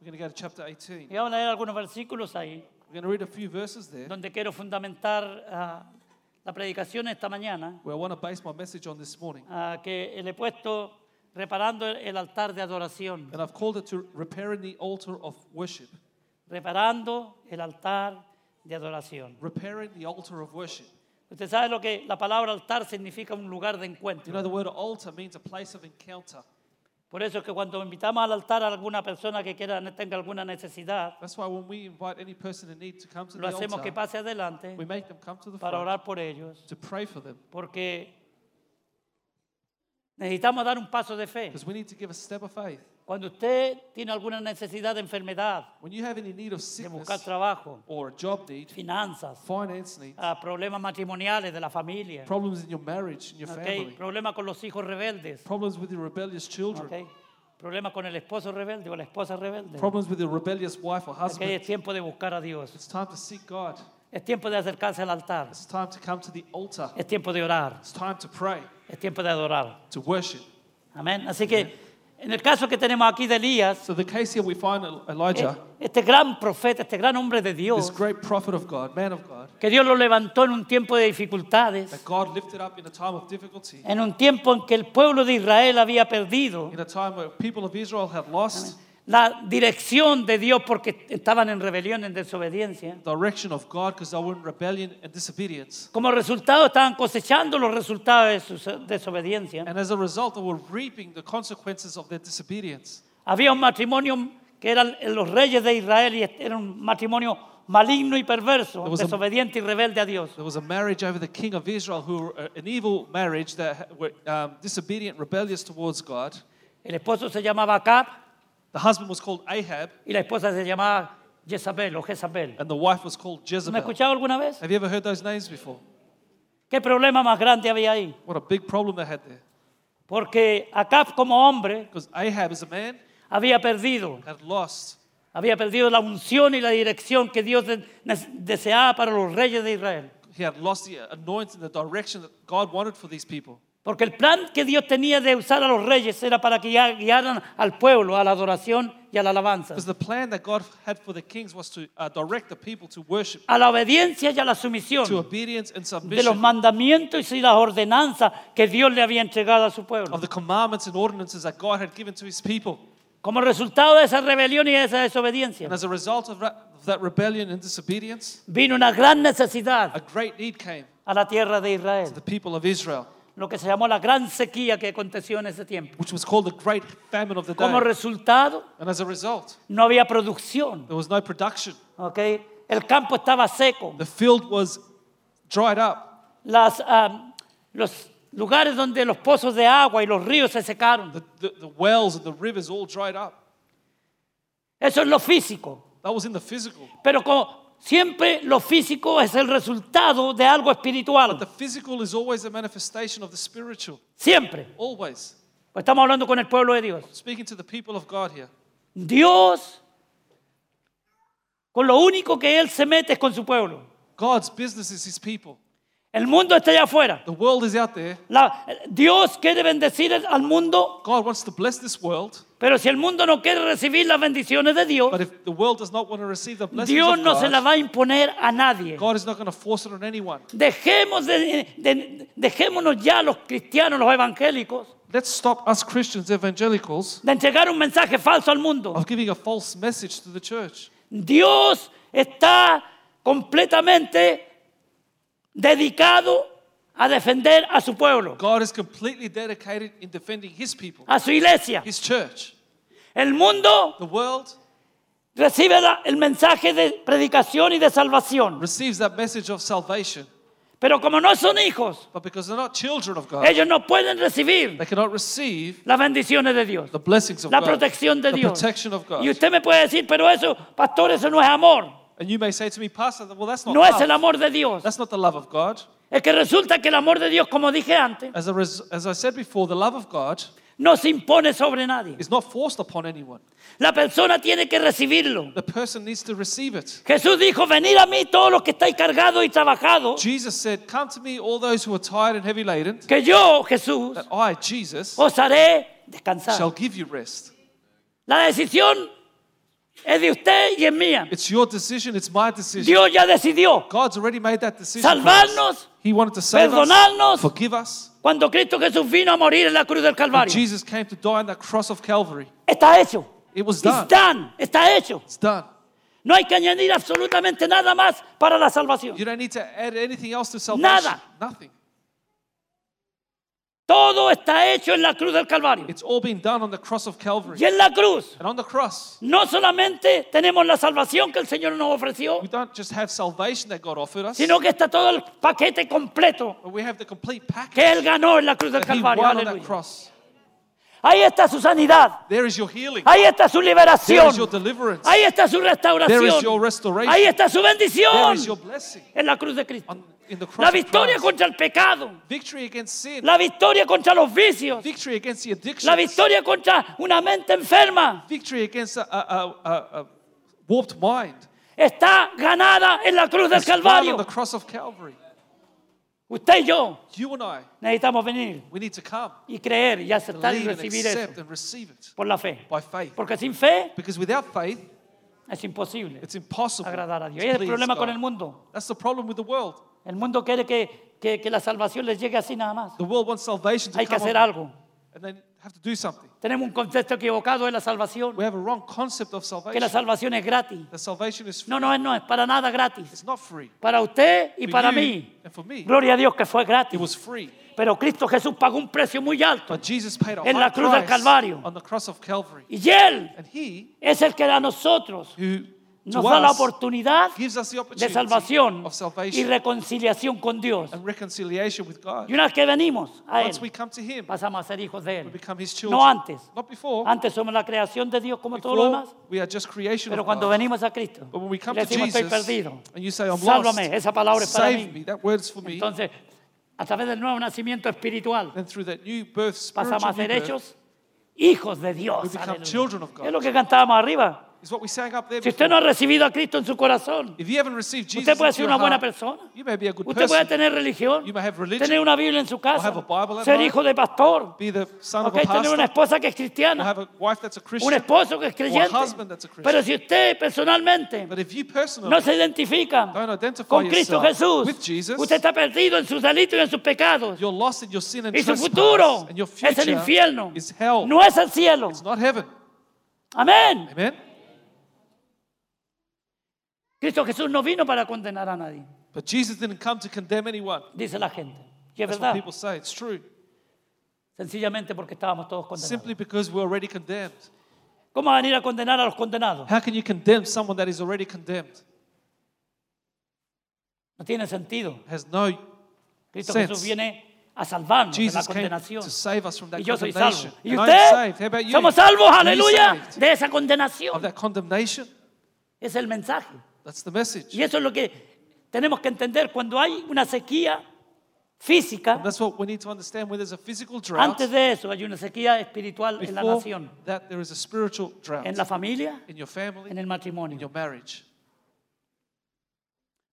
We're going to go to chapter 18. y vamos a leer algunos versículos ahí, We're going to read a few verses there donde quiero fundamentar ah, la predicación esta mañana, where I want to base my message on this morning. ah, que le he puesto reparando el- el altar de adoración, And I've called it to repairing the altar of worship. reparando el altar de adoración. Repairing the altar of worship. Usted sabe lo que la palabra altar significa un lugar de You encuentro. know, the word altar means a place of encounter. Por eso es que cuando invitamos al altar a alguna persona que quiera tenga alguna necesidad, That's why when we invite any person in need to come to lo the hacemos que altar, pase adelante we make them come to the para front orar por ellos. to pray for them. Porque necesitamos dar un paso de fe. Because we need to give a step of faith. Cuando usted tiene alguna necesidad de enfermedad, When you have any need of de buscar sickness trabajo, or a job need, finanzas, finance needs, ah, problemas matrimoniales de la familia, problems in your marriage, in your ¿ok? family, problemas con los hijos rebeldes, problems with your rebellious children, ¿ok? problemas con el esposo rebelde o la esposa rebelde, ¿ok? problems with your rebellious wife or husband. es tiempo de buscar a Dios, It's time to seek God. es tiempo de acercarse al altar, It's time to come to the altar. es tiempo de orar, It's time to pray, es tiempo de adorar. to worship. Amén. Así que en el caso que tenemos aquí de Elías, So the case here we find El- Elijah, este gran profeta, este gran hombre de this Dios, great prophet of God, man of God, que Dios lo levantó en un tiempo de dificultades, that God lifted up in a time of difficulty, en un tiempo en que el pueblo de Israel había perdido in a time where people of Israel had lost la dirección de Dios porque estaban en rebelión, en desobediencia. direction of God because they were in rebellion and disobedience. Como resultado estaban cosechando los resultados de su desobediencia. And as a result, they were reaping the consequences of their disobedience. Había un matrimonio que eran los reyes de Israel y era un matrimonio maligno y perverso, was a- desobediente y rebelde a Dios. There was a marriage over the king of Israel, who were uh, an evil marriage that ha- were um, disobedient, rebellious towards God. El esposo se llamaba Acab The husband was called Ahab, y la esposa se llamaba Jezabel o Jezabel. and the wife was called ¿Me Jezebel. escuchado alguna vez? Have you ever heard those names before? ¿Qué problema más grande había ahí? What a big problem they had there. Porque Acab como hombre Because Ahab is a man había perdido that had lost. Había perdido la unción y la dirección que Dios de- nes- deseaba para los reyes de Israel. He had lost the anointing, the direction that God wanted for these people. Porque el plan que Dios tenía de usar a los reyes era para que ya guiaran al pueblo a la adoración y a la alabanza, Because the plan that God had for the kings was to uh, direct the people to worship, a la obediencia y a la to sumisión obedience and de los submission mandamientos y las ordenanzas que Dios le había entregado a su pueblo. of the commandments and ordinances that God had given to his people. Como resultado de esa rebelión y de esa desobediencia, And as a result of ra- of that rebellion and disobedience, vino una gran necesidad a great need came a la tierra de to Israel, the people of Israel, lo que se llamó la gran sequía que aconteció en ese tiempo. which was called the great famine of the Como day. resultado, And as a result, no había producción. there was no production. ¿ok? El campo estaba seco. The field was dried up. Las, ah, los lugares donde los pozos de agua y los ríos se secaron. The, the, the wells and the rivers all dried up. Eso es lo físico. That was in the physical. Pero como siempre lo físico es el resultado de algo The espiritual. physical is always a manifestation of the spiritual. Siempre. Always. Pues estamos hablando con el pueblo de Dios. Speaking to the people of God here. Dios, con lo único que Él se mete es con su pueblo. God's business is his people. El mundo está allá afuera. The world is out there. La- Dios quiere bendecir al mundo, God wants to bless this world, pero si el mundo no quiere recibir las bendiciones de Dios, but if the world does not want to receive the blessings Dios of no se la God, va a imponer a nadie. God is not going to force it on anyone. Dejemos de- de- dejémonos ya los cristianos, los evangélicos, Let's stop us Christians, evangelicals, de entregar un mensaje falso al mundo. of giving a false message to the church. Dios está completamente dedicado a defender a su pueblo, God is completely dedicated in defending his people, a su iglesia. his church. El mundo The world recibe la- el mensaje de predicación y de salvación, receives that message of salvation. Pero como no son hijos, But because they're not children of God, ellos no pueden recibir they cannot receive las bendiciones de Dios, the blessings of la God, protección de the Dios. protection of God. Y usted me puede decir, pero eso, pastor, eso no es amor, and you may say to me, Pastor, well, that's not no es love. el amor de Dios. That's not the love of God. Es que resulta que el amor de Dios, como dije antes, As, a res- as I said before, the love of God no se impone sobre nadie. is not forced upon anyone. La persona tiene que recibirlo. The person needs to receive it. Jesús dijo, venid a mí todos los que estáis cargados y trabajados, Jesus said, Come to me, all those who are tired and heavy laden, que yo, Jesús, that I, Jesus, os haré descansar. shall give you rest. La decisión es de usted y es mía. It's your decision, it's my decision. Dios ya decidió. God's already made that decision. for us. Salvarnos He wanted to save Perdonarnos. us, forgive us. cuando Cristo Jesús vino a morir en la cruz del When Calvario. Jesus came to die on that cross of Calvary. Está hecho. It was done. It's done. Está hecho. It's done. No hay que añadir absolutamente nada más para la salvación. You don't need to add anything else to salvation. Nada. Nothing. Todo está hecho en la cruz del Calvario. It's all been done on the cross of Calvary. Y en la cruz And on the cross, no solamente tenemos la salvación que el Señor nos ofreció, we don't just have salvation that God offered us, sino que está todo el paquete completo but we have the complete package que Él ganó en la cruz del that He Calvario. won on that Aleluya. cross. Ahí está su sanidad. There is your healing. Ahí está su There is your liberación. deliverance. Ahí está su There is your restauración. restoration. Ahí está su There is your bendición blessing en la cruz de Cristo. on, in the cross. La of victoria Christ. contra el pecado. Victory against sin. La victoria contra los vicios. Victory against the addiction. La victoria contra una mente enferma. Victory against a, a, a, a, a warped mind. Está ganada en la cruz del It's won on Calvario. the cross of Calvary. Usted y yo You and I, necesitamos venir we need to come. y creer y aceptar y Believe and recibir accept eso and receive it por la fe. by faith. Porque sin fe Because without faith, es imposible it's impossible agradar a Dios. to Y es el please problema con God. el mundo. That's the problem with the world. El mundo quiere que, que- que la salvación les llegue así nada más. The world wants salvation to Hay que come hacer on, algo. and they have to do something. Tenemos un concepto equivocado de la salvación, We have a wrong concept of que salvation. la salvación es gratis. That salvation is free. No, no, es- no es para nada gratis. It's not free. Para usted y For para you mí. and for me. Gloria a Dios que fue It gratis. was free. Pero Cristo Jesús pagó un precio muy alto. But Jesus paid a En la high cruz del price Calvario. on the cross of Calvary. Y Él And He, es el que a nosotros who to nos da la us oportunidad gives us the de opportunity salvación of y salvation reconciliación con Dios. and reconciliation with God. Y una vez que venimos a Él, Once we come to Him, pasamos a ser hijos de we Él. become His children. No antes. Not before. Antes somos la creación de Dios como todo lo Before, demás. we are just creation Pero of cuando God. venimos a Cristo, But when we come le to decimos estoy Jesus perdido. and you say, I'm Sálvame, lost, esa palabra es para save mí. me, that word's for me, Entonces, a través del nuevo nacimiento espiritual, then through that new birth, spiritual pasamos a ser new birth, hechos hijos de Dios. We become Aleluya. children of God. Es lo que cantábamos arriba. is what we sang up there Si before. usted no ha recibido a Cristo en su corazón, If you haven't received Jesus usted puede into ser your una buena heart, persona. you may be a good Usted puede person, tener religión, You may have religion, tener una Biblia en su casa, have a Bible at ser home, hijo de pastor, be the son ok, of a tener pastor, una esposa que es or cristiana, have a wife that's a un Christian. esposo que es creyente. husband that's a Christian. Pero si usted personalmente But if you personally no se identifica Don't identify con Cristo yourself Jesús, with Jesus. usted está perdido en sus delitos y en sus pecados. you're lost in your sin and Y su trespass, futuro and your es future el infierno, is hell. no es el cielo. It's not heaven. Amén. Amen? Cristo Jesús no vino para condenar a nadie, But Jesus didn't come to condemn anyone. dice la gente. Y es That's what verdad, people say. It's true. sencillamente porque estábamos todos condenados. Simply because we're already condemned. ¿Cómo va a venir a condenar a los condenados? How can you condemn someone that is already condemned? No tiene sentido. has no Cristo Sense. Jesús viene a salvarnos de la Jesus came condenación. to save us from that Y yo soy condemnation. salvo. ¿Y And I'm usted? saved. How about you? Somos salvos, Are you aleluya, saved de esa Of condenación. that condemnation, Es el mensaje. that's the message. Y eso es lo que tenemos que entender cuando hay una sequía física. And that's what we need to understand. When there's a physical drought, Antes de eso hay una sequía espiritual en la before nación, that there is a spiritual drought en la familia, in your en el family, in your matrimonio. marriage.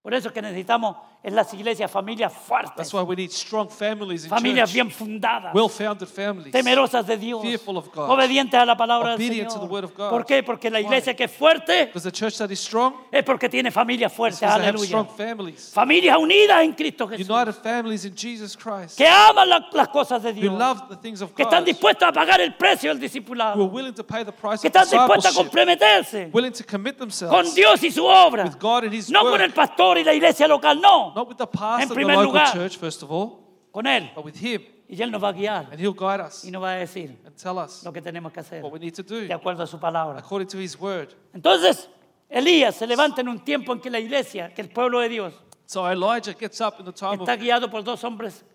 Por eso es que necesitamos en las iglesias familias That's fuertes, why we need strong families in familias church, bien fundadas. well-founded families. temerosas de Dios, Fearful of God. obedientes a la palabra del Obedient to Señor. the word of God. ¿Por qué? Porque la Why? iglesia que es fuerte Because the church that is strong, es porque tiene familias it's fuertes, because they have aleluya. strong families, Familias unidas en Cristo Jesús, united families in Jesus Christ, que aman la- las cosas de who Dios, love the things of que están God, dispuestas a pagar el precio del who are discipulado, willing to pay the price que of están dispuestas a discipleship, comprometerse willing to commit themselves con Dios y su obra, with God and His no work. con el pastor y la iglesia local, no, Not with the pastor of the primer local lugar. church, first of all, con Él. but with him. Y Él nos va a guiar And he'll guide us y nos va a decir and tell us lo que tenemos que hacer what we need to do de acuerdo a su palabra. according to his word. Entonces, Elías se levanta en un tiempo en que la iglesia, que el pueblo de Dios, So Elijah gets up in the time of, Está guiado por dos hombres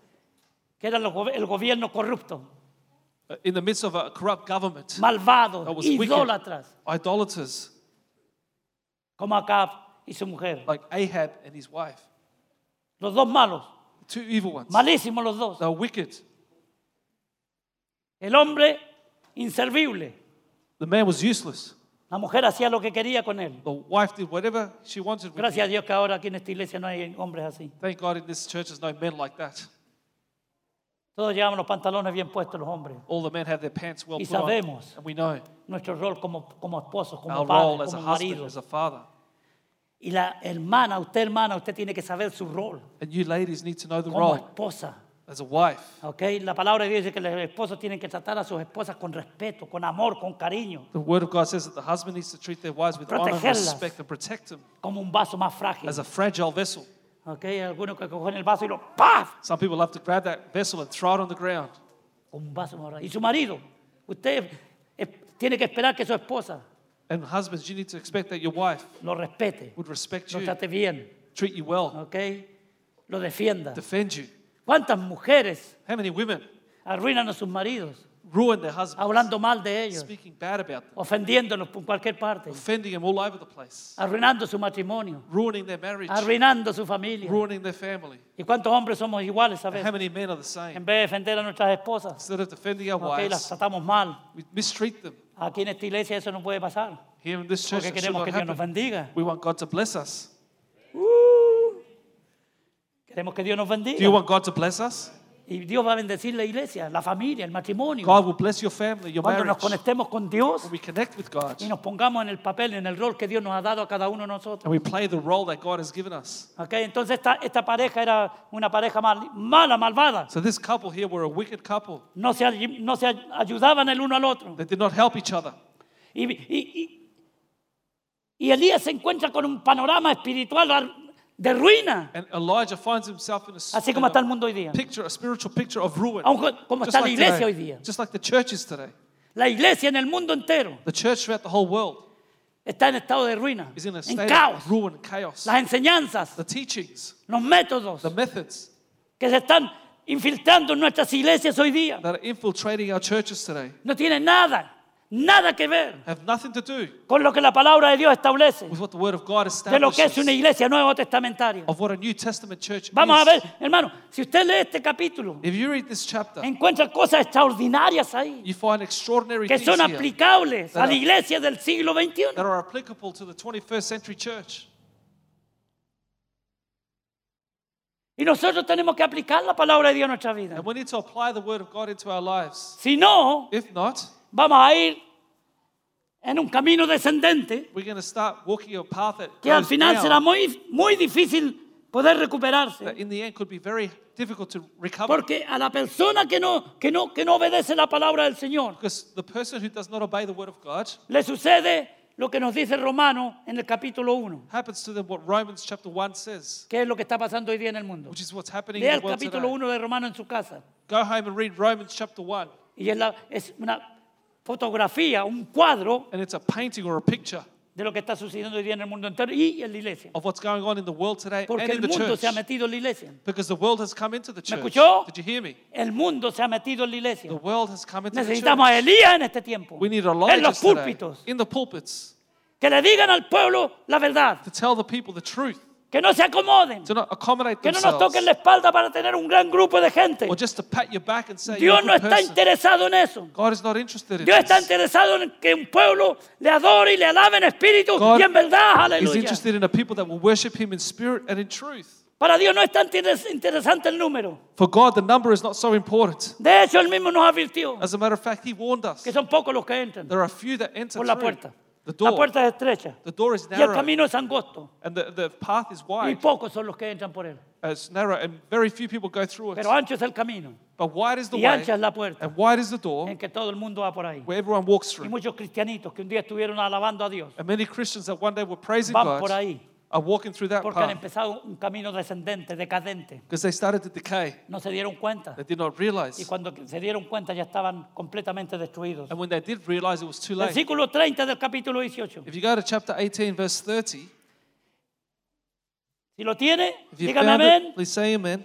que eran los gobe- el gobierno corrupto, uh, in the midst of a corrupt government, malvados, That was wicked. idólatras, idolaters como Acab y su mujer. like Ahab and his wife, Los dos malos, two evil ones. malísimos los dos. They're wicked. El hombre inservible. The man was useless. La mujer hacía lo que quería con él. The wife did whatever she wanted. With him. Gracias a Dios que ahora aquí en esta iglesia no hay hombres así. Thank God in this church there's no men like that. Todos llevamos los pantalones bien puestos los hombres. All the men have their pants well Y put on, sabemos. and we know Nuestro rol como, como esposos, como our role padres, as a como husband, maridos. as a father. Y la hermana, usted hermana, usted tiene que saber su rol And you ladies need to know the como role esposa. as a wife. ¿ok? La palabra de Dios dice que los esposos tienen que tratar a sus esposas con respeto, con amor, con cariño, The Word of God says that the husband needs to treat their wives with honor, and Protegerlas. respect, and protect them como un vaso más frágil. as a fragile vessel. ¿ok? Algunos que cogen el vaso y lo ¡paf! Some people love to grab that vessel and throw it on the ground. Un vaso más frágil. Y su marido, usted eh, tiene que esperar que su esposa And husbands, you need to expect that your wife lo respete, would respect lo you, trate bien, treat you well, ¿ok? Lo defienda. defend you. ¿Cuántas mujeres How many women arruinan a sus maridos ruin their husbands, hablando mal de ellos, speaking bad about them, ofendiéndolos por cualquier parte, offending them all over the place, arruinando su matrimonio, ruining their marriage, arruinando su familia? ruining their family? ¿Y cuántos hombres somos iguales a And veces? how many men are the same? En vez de defender a nuestras esposas, Instead of defending our ok, las wives, tratamos mal. we mistreat them. Aquí en esta iglesia eso no puede pasar, Here in this church, porque that should queremos not que Dios nos happen. bendiga. We want God to bless us. Queremos que Dios nos Do you bendiga. want God to bless us? Y Dios va a bendecir la iglesia, la familia, el matrimonio. God will bless your family, your Cuando nos marriage. conectemos con Dios When we connect with God y nos pongamos en el papel, en el rol que Dios nos ha dado a cada uno de nosotros. and we play the role that God has given us. Ok, Entonces esta, esta pareja era una pareja mal- mala, malvada. So this couple here were a wicked couple. No se, ay- no se ay- ayudaban el uno al otro. They did not help each other. Y, y- y- y Elías se encuentra con un panorama espiritual ar- de ruina, And Elijah finds himself in a, s- así in como a está el mundo hoy día. picture, a spiritual picture of ruin. Aun co- como Just está la like iglesia today. hoy día. Just like the churches today. La iglesia en el mundo entero The church throughout the whole world está en estado de ruina, is in a en state caos. of ruin, chaos. Las enseñanzas, The teachings, los métodos the methods que se están infiltrando en nuestras iglesias hoy día that are infiltrating our churches today no tienen nada, nada que ver have nothing to do con lo que la palabra de Dios establece, with what the Word of God de lo que es una establishes, iglesia nuevo testamentaria. of what a New Testament church Vamos a is. ver, hermano, si usted lee este capítulo, If you read this chapter, encuentra cosas extraordinarias ahí. you find extraordinary que things here son that aplicables a Claro. la iglesia del siglo XXI. are applicable to the 21st century church. Y nosotros tenemos que aplicar la palabra de Dios a nuestra vida. And we need to apply the Word of God into our lives. Si no, If not, vamos a ir en un camino descendente we're going to start walking a path that, que al goes final down, será muy, muy difícil poder that recuperarse. in the end could be very difficult to recover. Porque a la persona que no, que no, que no obedece la palabra del Señor, Because the person who does not obey the Word of God le sucede lo que nos dice Romano en el capítulo 1, happens to them what Romans chapter 1 says, que es lo que está pasando hoy día en el mundo. which is what's happening Lea in el the world today. capítulo 1 de Romano en su casa. Go home and read Romans chapter 1. Y es, la- es una fotografía, un cuadro And it's a painting or a picture de lo que está sucediendo hoy día en el mundo entero y en la iglesia. of what's going on in the world today Porque and el in Oh, the mundo church. se ha metido en la iglesia. Because the world has come into the church. escuchó? Did you hear me? El mundo se ha metido en la iglesia. The world has come into the church. Necesitamos a Elías en este tiempo. We need En Elijah los today, púlpitos. in the pulpits Que le digan al pueblo la verdad. to tell the people the truth, Que no se acomoden. to not accommodate Que no nos toquen la themselves, espalda para tener un gran grupo de gente. or just to pat your back and say you're a Dios no good está person. interesado en eso. God is not interested in Dios está this. interesado en que un pueblo le adore y le alabe en espíritu God y en verdad. He's Aleluya. interested in a people that will worship Him in spirit and in truth. Para Dios no es tan interes- interesante el número. For God, the number is not so important. De hecho, Él mismo nos advirtió As a matter of fact, He warned us que son pocos los que entran. there are few that enter por la through. puerta. The La door, puerta es estrecha the door is y el narrow, camino es angosto and the, the path is y wide. uh, pocos son los que entran por él. It's narrow, and very few people go through it. Pero ancho es el camino But wide is the y way, ancha es la puerta and wide is the door en que todo el mundo va por ahí. where everyone walks Y through. muchos cristianitos que un día estuvieron alabando a Dios And many Christians that one day were praising van por God ahí are walking through that porque han path empezado un camino descendente, decadente. because they started to decay. No se dieron cuenta They did not y realize. cuando se dieron cuenta ya estaban completamente destruidos. And when they did realize, it was too late. Versículo 30 del capítulo 18. If you go to chapter 18, verse 30, Si lo tiene, If you dígame found amén. it, please say amen.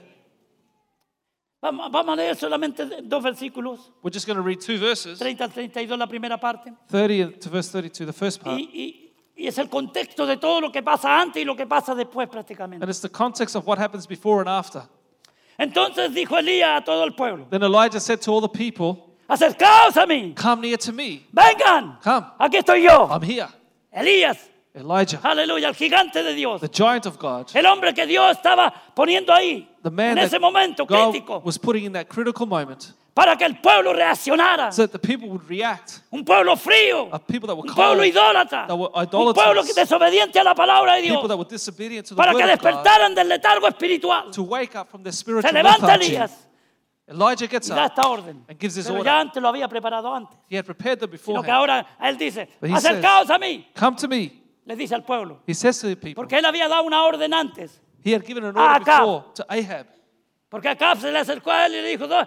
Vamos, vamos a leer solamente dos versículos, We're just going to read two verses, 30 al 32, la primera parte. 30 to verse 32, the first part. Y, y- y es el contexto de todo lo que pasa antes y lo que pasa después prácticamente. And it's the context of what happens before and after. Entonces dijo Elías a todo el pueblo, Then Elijah said to all the people, acercaos a mí, Come near to me. vengan, Come. aquí estoy yo. I'm here. Elías, Elijah, aleluya, el gigante de Dios, the giant of God, el hombre que Dios estaba poniendo ahí, the man en ese that momento God crítico, was putting in that critical moment para que el pueblo reaccionara. so that the people would react. Un pueblo frío, A people that were un pueblo cold, idólatra, that were un pueblo idolaters, desobediente a la palabra de People that Dios, were disobedient to the para que word of God despertaran del letargo espiritual. to wake up from their Se spiritual levanta lethargy. Elías Elijah gets y da up. esta orden. and gives this Pero order. ya antes lo había preparado antes. He had prepared Lo them que beforehand. ahora él dice, But he acercaos a mí, Come to me. le dice al pueblo. He says to the people. Porque él había dado una orden antes. He had given an Ah, order Acab. before to Ahab. Porque Acab se le acercó a él y le dijo, "No,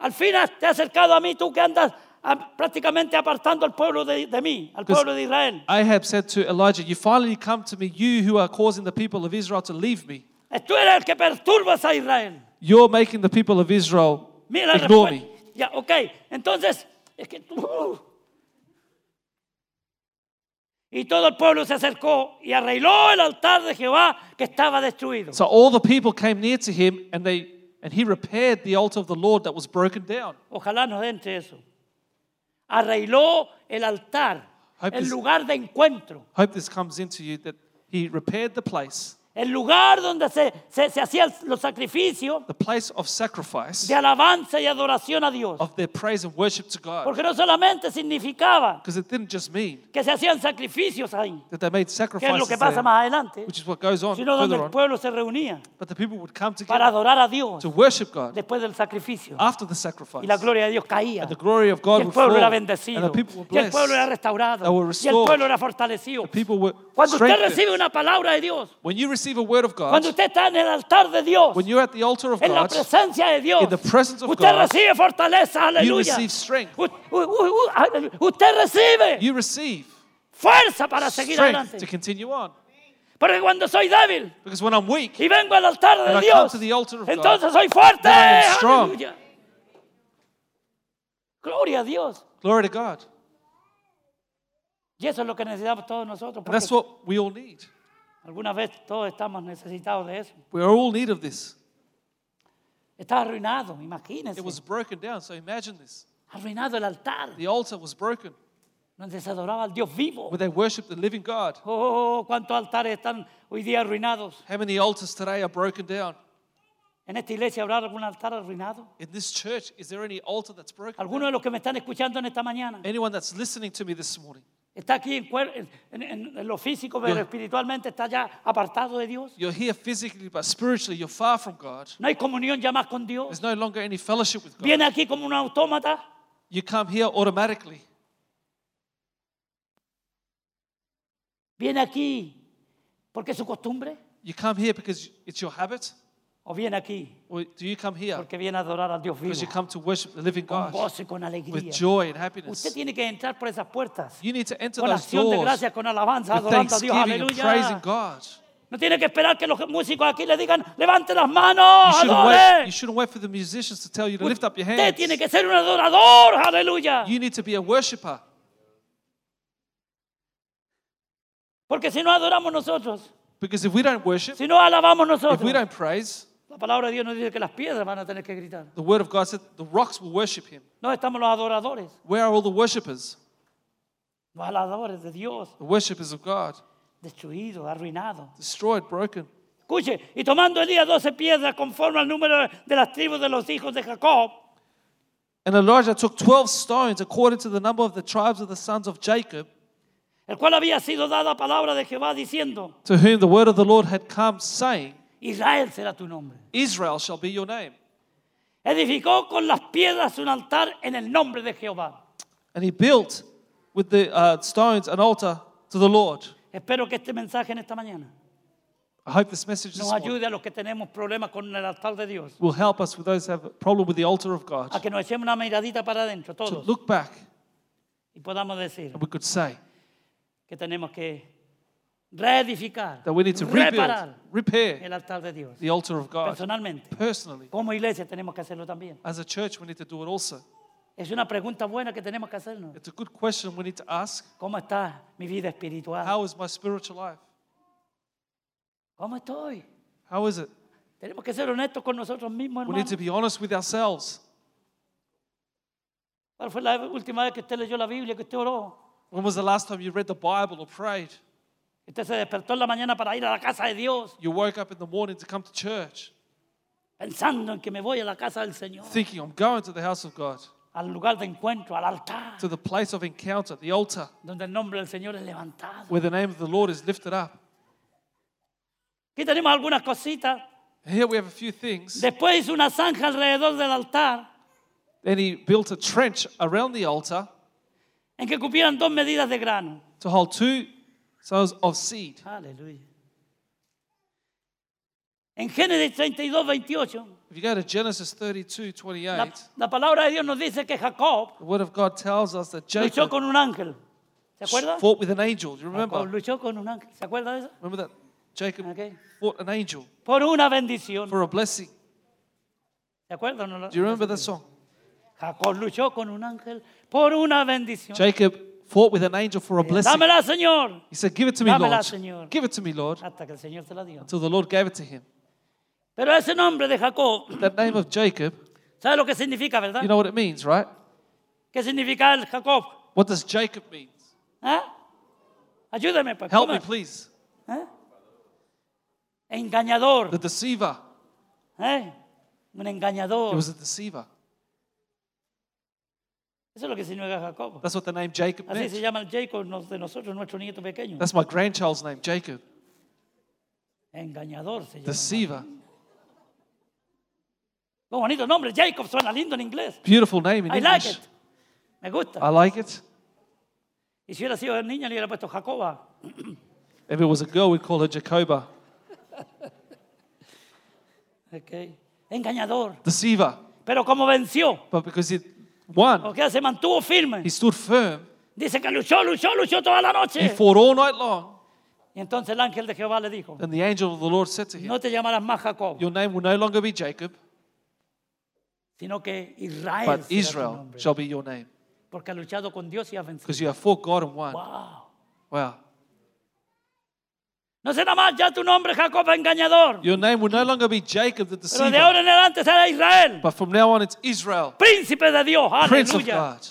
al fin has- te has acercado a mí, tú que andas ah, prácticamente apartando al pueblo de, de mí, al Because- pueblo de Israel. Ahab said to Elijah, You finally come to me, you who are causing the people of Israel to leave me. Tú eres el que perturbas a Israel. You're making the people of Israel Mira la ignore me. respuesta. Ya, ok. Entonces, es que tú- Y todo el pueblo se acercó y arregló el altar de Jehová que estaba destruido. So all the people came near to him, and they and he repaired the altar of the Lord that was broken down. Ojalá nos entre eso. Arregló el altar, Hope el this- lugar de encuentro, Hope this comes into you that he repaired the place, el lugar donde se, se, se hacían los sacrificios the place of sacrifice, de alabanza y adoración a Dios. of their praise and worship to God. Porque no solamente significaba Because it didn't just mean que se hacían sacrificios ahí, that they made que es lo sacrifices, que pasa there, más adelante, which is what goes on sino donde further el on, pueblo se reunía but the people would come para together adorar a Dios to worship God después del sacrificio. after the sacrifice. Y la gloria de Dios caía. Ah, The glory of Y God el would pueblo fall, era and bendecido. the people were Y el pueblo era blessed. They were restaurado. Y el restored. pueblo era fortalecido. The people were Cuando usted strengthened. recibe una palabra de Dios, When you receive a word of God, cuando usted está en el altar de Dios, when you're at the altar of en la God, presencia de Dios, in the presence of usted God, recibe fortaleza, aleluya. receive strength. U- u- u- u- ale- usted recibe you receive fuerza para seguir strength to adelante. continue on. Porque cuando soy débil Because when I'm weak, y vengo al altar de And I come Dios, to the altar of God, entonces soy fuerte, then I am strong. aleluya. Gloria a Dios. glory to God. Y eso es lo que necesitamos todos nosotros. And that's porque what we all need. Alguna vez todos estamos necesitados de eso. We are all need of this. Está arruinado, imagínense. It was broken down. So imagine this. Arruinado el altar The altar was broken donde se adoraba al Dios vivo. where they worshiped the living God. Oh, cuántos altares están hoy día arruinados. How many altars today are broken down? En esta iglesia habrá algún altar arruinado. In this church, is there any altar that's broken? Algunos de los que me están escuchando en esta mañana Anyone that's listening to me this morning, está aquí en, cuer- en- en- en- en lo físico, pero Yo- espiritualmente está ya apartado de Dios. you're here physically, but spiritually, you're far from God. No hay comunión ya más con Dios. There's no longer any fellowship with God. Viene aquí como un autómata. You come here automatically. Viene aquí porque es su costumbre. You come here because it's your habit, O viene aquí or do you come here porque viene a adorar al Dios because you vivo. Pues come to worship the living Con God gozo y con with alegría. joy and Usted happiness? tiene que entrar por esas puertas. You need to enter Con those acción de doors gracias, con alabanza, with adorando a Dios. thanksgiving and praising Aleluya. God. No tiene que esperar que los músicos aquí le digan, levante las manos, You shouldn't, wait, adore. you shouldn't wait for the musicians to tell you to lift up your Usted hands. tiene que ser un adorador, aleluya. You need to be a worshiper. Porque si no adoramos nosotros, Because if we don't worship, si no alabamos if we nosotros, don't praise, la palabra de Dios nos dice que las piedras van a tener que gritar. the word of God said the rocks will worship him. No estamos los adoradores, Where are all the worshippers? los adoradores de Dios, The worshippers of God. destruidos, arruinados. Destroyed, broken. Escuche, y tomando Elías doce piedras conforme al número de las tribus de los hijos de Jacob, And Elijah took 12 stones according to the number of the tribes of the sons of Jacob, el cual había sido dada palabra de Jehová diciendo, to whom the word of the Lord had come, saying, Israel será tu nombre. Israel shall be your name. Edificó con las piedras un altar en el nombre de Jehová. And he built with the uh, stones an altar to the Lord. Espero que este mensaje en esta mañana I hope this message this nos morning ayude a los que tenemos problemas con el altar de Dios. will help us with those who have a problem with the altar of God A que nos echemos una miradita para adentro to todos look back y podamos decir and we could say, que tenemos que reedificar, that we need to rebuild, reparar repair el altar de Dios. the altar of God Personalmente, personally. como iglesia tenemos que hacerlo también. As a church, we need to do it also. Es una pregunta buena que tenemos que hacernos. It's a good question we need to ask. ¿Cómo está mi vida espiritual? How is my spiritual life? ¿Cómo estoy? How is it? Tenemos que ser honestos con nosotros mismos, We need to hermano. be honest with ourselves. ¿Cuál fue la última vez que usted leyó la Biblia, que usted oró? When was the last time you read the Bible or prayed? Que Usted se despertó en la mañana para ir a la casa de Dios, You woke up in the morning to come to church pensando en que me voy a la casa del Señor, thinking, I'm going to the house of God, al lugar de encuentro, al altar, to the place of encounter, the altar, donde el nombre del Señor es levantado. where the name of the Lord is lifted up. Aquí tenemos algunas cositas. Here we have a few things. Después hizo una zanja alrededor del altar Then he built a trench around the altar en que cupieran dos medidas de grano. to hold two sows of seed. Aleluya. En Génesis 32, 28, If you go to Genesis 32, la, 28, la palabra de Dios nos dice que Jacob the word of God tells us that luchó Jacob con un ángel. ¿Se acuerda? fought with an angel. Do you Jacob remember? luchó con un ángel. ¿Se acuerda de eso? Remember that? Jacob Okay. fought an angel Por una bendición. for a blessing. ¿Se acuerdan? o no? Do you remember that song? Jacob luchó con un ángel por una bendición. Jacob fought with an angel for a blessing. Dámela, Señor. He said, Give it to me, Dámela, Lord. Señor. Give it to me, Lord. Hasta que el Señor se la dio. Until the Lord gave it to him. Pero ese nombre de Jacob, That name of Jacob, ¿sabe lo que significa, verdad? you know what it means, right? ¿Qué significa el Jacob? What does Jacob mean? ¿Ah? Ayúdame, pues. ¿cómo Help me, es? please. ¿Eh? Engañador. The deceiver. ¿eh? Un He engañador. was a deceiver. Eso es lo que significa Jacob. That's what the name Jacob Así se meant. llama el Jacob nos- de nosotros, nuestro nieto pequeño. That's my grandchild's name, Jacob. Engañador se pues- llama. Deceiver. Qué bonito nombre, Jacob, suena lindo en inglés. Beautiful name in I like English. it. Me gusta. I like it. Y si hubiera sido niña, le hubiera puesto Jacoba. If it was a girl, we'd call her Jacoba. Okay. Engañador. Deceiver. Pero como venció, But because he won, porque se mantuvo firme. he stood firm. Dice que luchó, luchó, luchó toda la He noche. fought all night long. Y entonces el ángel de Jehová le dijo, And the angel of the Lord said to him, no te llamarás más Jacob, Your name will no longer be Jacob, sino que Israel. será but tu Israel Pues, nombre, shall be your name. porque ha luchado con Dios y ha vencido. Because you have fought God and won. Wow. Wow. No será más ya tu nombre Jacob engañador. Your name will no longer be Jacob the Pero de deceiver, ahora en adelante será Israel. but from now on it's Israel, Príncipe de Dios. Prince of Aleluya. God.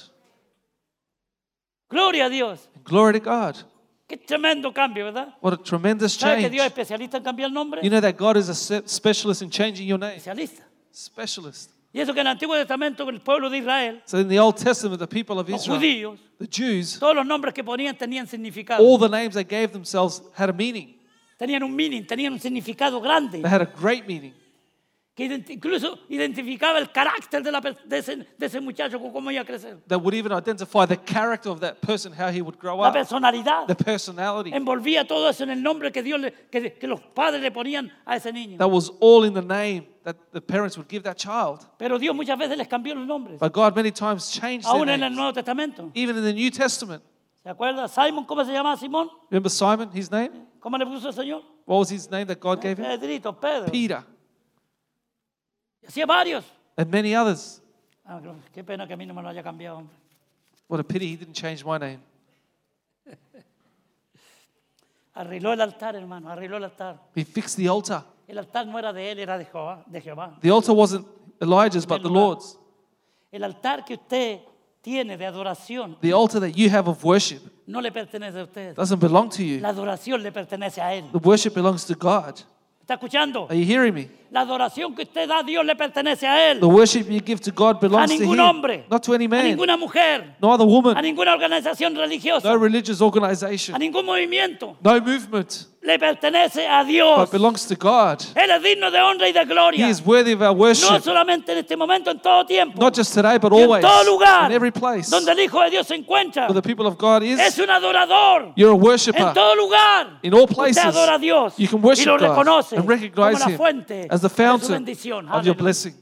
Gloria a Dios. And glory to God. Qué tremendo cambio, ¿verdad? What a tremendous ¿Sabe que Dios es change. especialista en cambiar el nombre? You know that God is a se- specialist in changing your name. Especialista. Specialist. Y eso que en el Antiguo Testamento el pueblo de Israel, So in the Old Testament, the people of los Israel, judíos, the Jews, todos los nombres que ponían tenían significado. all the names they gave themselves had a meaning. Tenían un meaning, tenían un significado grande They had a great meaning. que identi- incluso identificaba el carácter de, la per- de ese, de ese muchacho, con cómo iba a crecer. That would even identify the character of that person, how he would grow La up, personalidad. the personality. Envolvía todo eso en el nombre que, Dios le- que, que los padres le ponían a ese niño. That was all in the name that the parents would give that child. Pero Dios muchas veces les cambió los nombres, But God many times changed their aún en el names. Nuevo Testamento. Even in the New Testament. ¿Se acuerda? Simon, ¿cómo se llamaba Simón? Remember Simon, his name? ¿Cómo le puso el Señor? What was his name that God gave him? Pedrito, Pedro. Peter. Hacía varios. And many others. Ah, claro, qué pena que a mí no me lo haya cambiado, hombre. What a pity he didn't change my name. Arregló el altar, hermano, arregló el altar. He fixed the altar. El altar no era de él, era de Jehová. De Jehová. The altar wasn't Elijah's, but the Lord's. El altar que usted tiene de adoración The altar that you have of worship no le pertenece a usted. doesn't belong to you. La adoración le pertenece a él. The worship belongs to God. ¿Está escuchando? Are you hearing me? La adoración que usted da a Dios le pertenece a él. The worship you give to God A belongs to ningún Him, hombre. not to any A man, ninguna mujer. no other A woman, ninguna organización religiosa. no religious A organization, ningún movimiento. no movement, Le pertenece a but Dios. belongs to God. Él es digno de honra y de He gloria. is worthy of our No worship, solamente en este momento, en todo tiempo. not just today, but Y en always, todo lugar in every place. donde Where el Hijo de Dios se encuentra. the people of God Es is, un adorador. you're a En worshiper. todo lugar. In all Usted places, adora a Dios. you can y lo worship God reconoce and como recognize la Him fuente as the de su fountain bendición. of your Aleluya. blessing.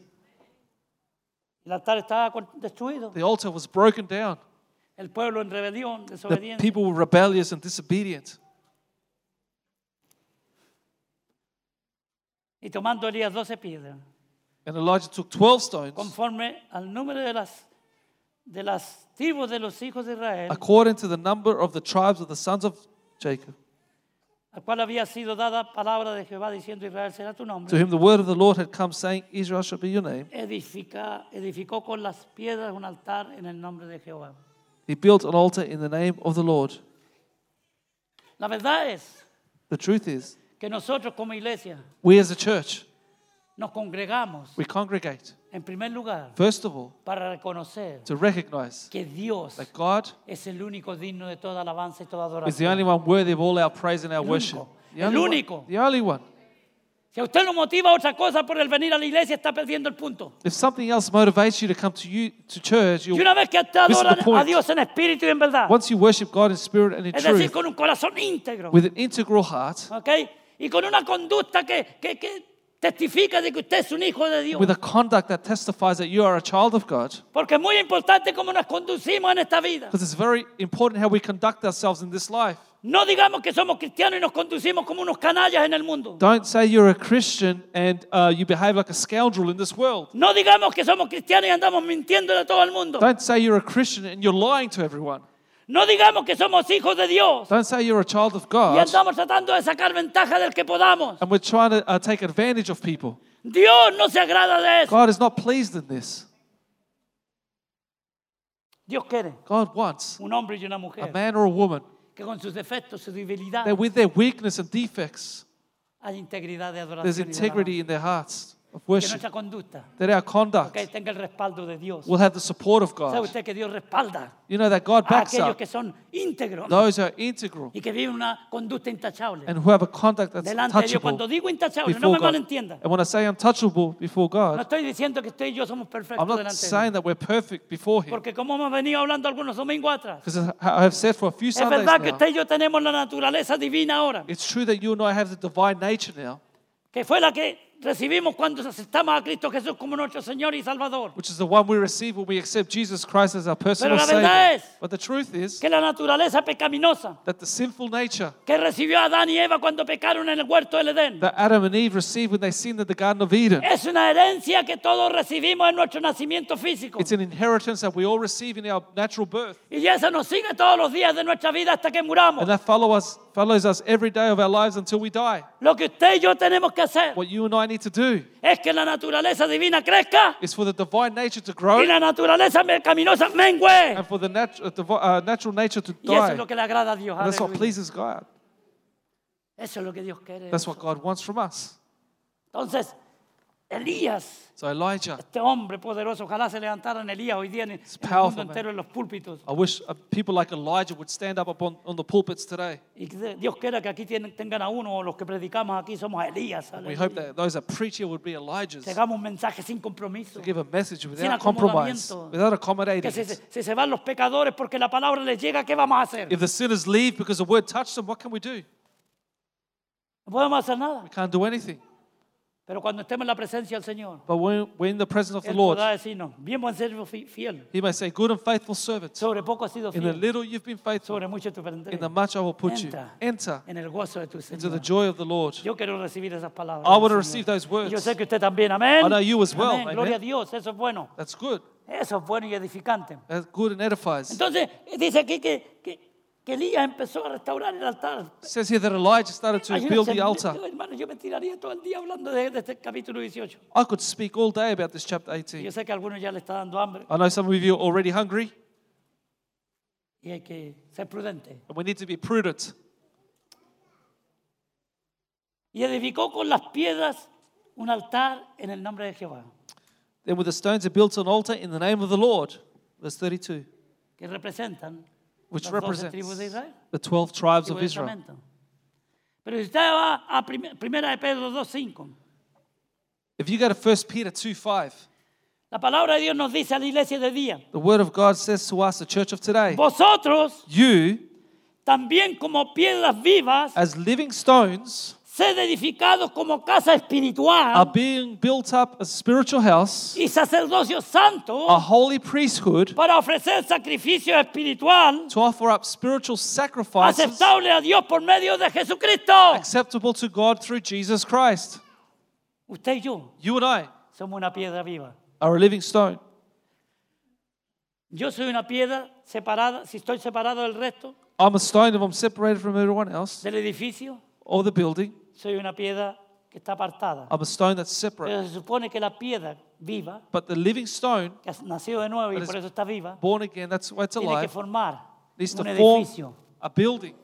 El altar estaba con- destruido. The altar was broken down. El pueblo en rebelión, The desobediencia. people were rebellious and disobedient. Y tomando Elías doce piedras, And Elijah took 12 stones conforme al número de las, de las tribus de los hijos de Israel, according to the number of the tribes of the sons of Jacob, al cual había sido dada palabra de Jehová diciendo, Israel será tu to nombre. whom the word of the Lord had come, saying, Israel shall be your name. Edifica, edificó con las piedras un altar en el nombre de Jehová. He built an altar in the name of the Lord. La verdad es The truth is, que nosotros como iglesia we as a church, nos congregamos we congregate, en primer lugar first of all, para reconocer to recognize que Dios that God es el único digno de toda alabanza y toda is the adoración. only one worthy of all our praise and our El worship. único. The El only, único. One, the only one. Si a usted no motiva a otra cosa por el venir a la iglesia, está perdiendo el punto. If something else motivates you to come to you to church, Y you'll, una vez que usted This is the adora a point. Dios en espíritu y en verdad, once you worship God in spirit and in es decir, truth, con un corazón íntegro, with an integral heart, ¿ok? Y con una conducta que, que- que testifica de que usted es un hijo de Dios. with a conduct that testifies that you are a child of God, Porque es muy importante cómo nos conducimos en esta vida. because it's very important how we conduct ourselves in this life. No digamos que somos cristianos y nos conducimos como unos canallas en el mundo. Don't say you're a Christian and uh, you behave like a scoundrel in this world. No digamos que somos cristianos y andamos mintiendo a todo el mundo. Don't say you're a Christian and you're lying to everyone. No digamos que somos hijos de Dios Don't say you're a child of y God andamos tratando de sacar ventaja del que podamos. and we're trying to uh, take advantage of people. Dios no se agrada de eso. God is not pleased in this. Dios quiere God wants un hombre y una a mujer man or a woman que con sus defectos, su debilidad, that with their weakness and defects, haya integridad de there's adoración. y de alabanza. integrity in their hearts of Que worship, nuestra conducta that our conduct que tenga el respaldo de Dios. will have the support of ¿Sabe God. usted que Dios respalda You know that God a backs aquellos up que son íntegros those who are integral y que viven una conducta intachable? and who have a conduct that's delante de Dios. Cuando touchable digo intachable, no before me God. malentienda. And when I say untouchable No before God, estoy diciendo que usted y yo somos perfectos I'm not delante de Dios. saying that we're perfect before Him. Porque como hemos venido hablando algunos domingos atrás, Because I have said for a few es Sundays verdad que now, usted y yo tenemos la naturaleza divina ahora, it's true that you and I have the divine nature now, que fue la que recibimos cuando aceptamos a Cristo Jesús como nuestro Señor y Salvador. which is the one we receive when we accept Jesus Christ as our personal la verdad Savior. es But the truth is Que la naturaleza pecaminosa that the sinful nature que recibió Adán y Eva cuando pecaron en el huerto del Edén that Adam and Eve received when they sinned in the Garden of Eden. es una herencia que todos recibimos en nuestro nacimiento físico. It's an inheritance that we all receive in our natural birth, Y esa nos sigue todos los días de nuestra vida hasta que muramos. and that follow us, follows us every day of our lives until we die. Lo que usted y yo tenemos que hacer What you and I need to do es que la naturaleza divina crezca is for the divine nature to y grow la naturaleza pecaminosa mengue. and for the nat- uh, divi- uh, natural nature to Y eso die. es lo que le agrada a Dios. And that's what aleluya. pleases God. Eso es lo que Dios quiere. That's what God wants from us. Entonces, Elías, So Elijah, este hombre poderoso, ojalá se levantaran Elías hoy día en el powerful, mundo man. entero en los púlpitos. I wish uh, people like Elijah would stand up upon on the pulpits today. Y que de- Dios quiera que aquí tienen- tengan a uno o los que predicamos aquí somos Elías. We aleluya. hope that those that preach here would be Elijahs. Que hagamos un mensaje sin compromiso. Give a message Sin without compromise, acomodamiento. without Que accommodating. si, it. se- si se van los pecadores porque la palabra les llega, ¿qué vamos a hacer? If the sinners leave because the word touched them, what can we do? No podemos hacer nada. We can't do anything. Pero cuando estemos en la presencia del Señor, But when we're in the presence of the Él Lord, podrá decirnos, bien buen servo fi- fiel, He may say, Good and faithful servant, sobre poco has sido in the fiel, little you've been faithful, sobre mucho te pondré. in the much I will put you. Entra. Enter en el gozo de tu into Señor. the joy of the Lord. Yo quiero recibir esas palabras. I del want to Señor. receive those Y yo words. sé que usted también, amén. I know you as well, Amén. amen. Gloria a Dios, eso es bueno. That's good. Eso es bueno y edificante. That's good and edifies. It Entonces, dice aquí que, que, que Elías empezó a restaurar el altar. says here that Elijah started to build Imagínense, the altar. yo, hermano, yo me tiraría todo el día hablando de, de este capítulo 18. I could speak all day about this chapter Yo 18. sé que a algunos ya le está dando hambre I know some of you are already hungry, y hay que ser prudente. and we need to be prudent. Y edificó con las piedras un altar en el nombre de Jehová, Then with the stones he built an altar in the name of the Lord. Verse 32, que representan which las doce represents tribus de Israel. the 12 tribes Antiguo of Israel. Testamento. Pero si usted va a prim- primera de Pedro 2.5, If you go to 1 Peter 2 5, la palabra de Dios nos dice a la iglesia de día, the word of God says to us, the church of today, vosotros you, también como piedras vivas, as living stones, sed edificados como casa are espiritual being built up a spiritual house, y sacerdocio a santo holy priesthood, para ofrecer sacrificio espiritual to offer up spiritual Ah, sacrifices aceptable a Dios por medio de Jesucristo. acceptable to God through Jesus Christ. Usted y yo You and I somos una piedra viva. are a living stone. Yo soy una piedra separada, si estoy separado del resto I'm a stone if I'm separated from everyone else del edificio, or the building. soy una piedra que está apartada. I'm a stone that's separate. Pero se supone que la piedra viva, But the living stone, que ha nacido de nuevo y Pero es- por eso está viva, born again, that's why it's tiene que alive, formar needs un to form edificio. a building.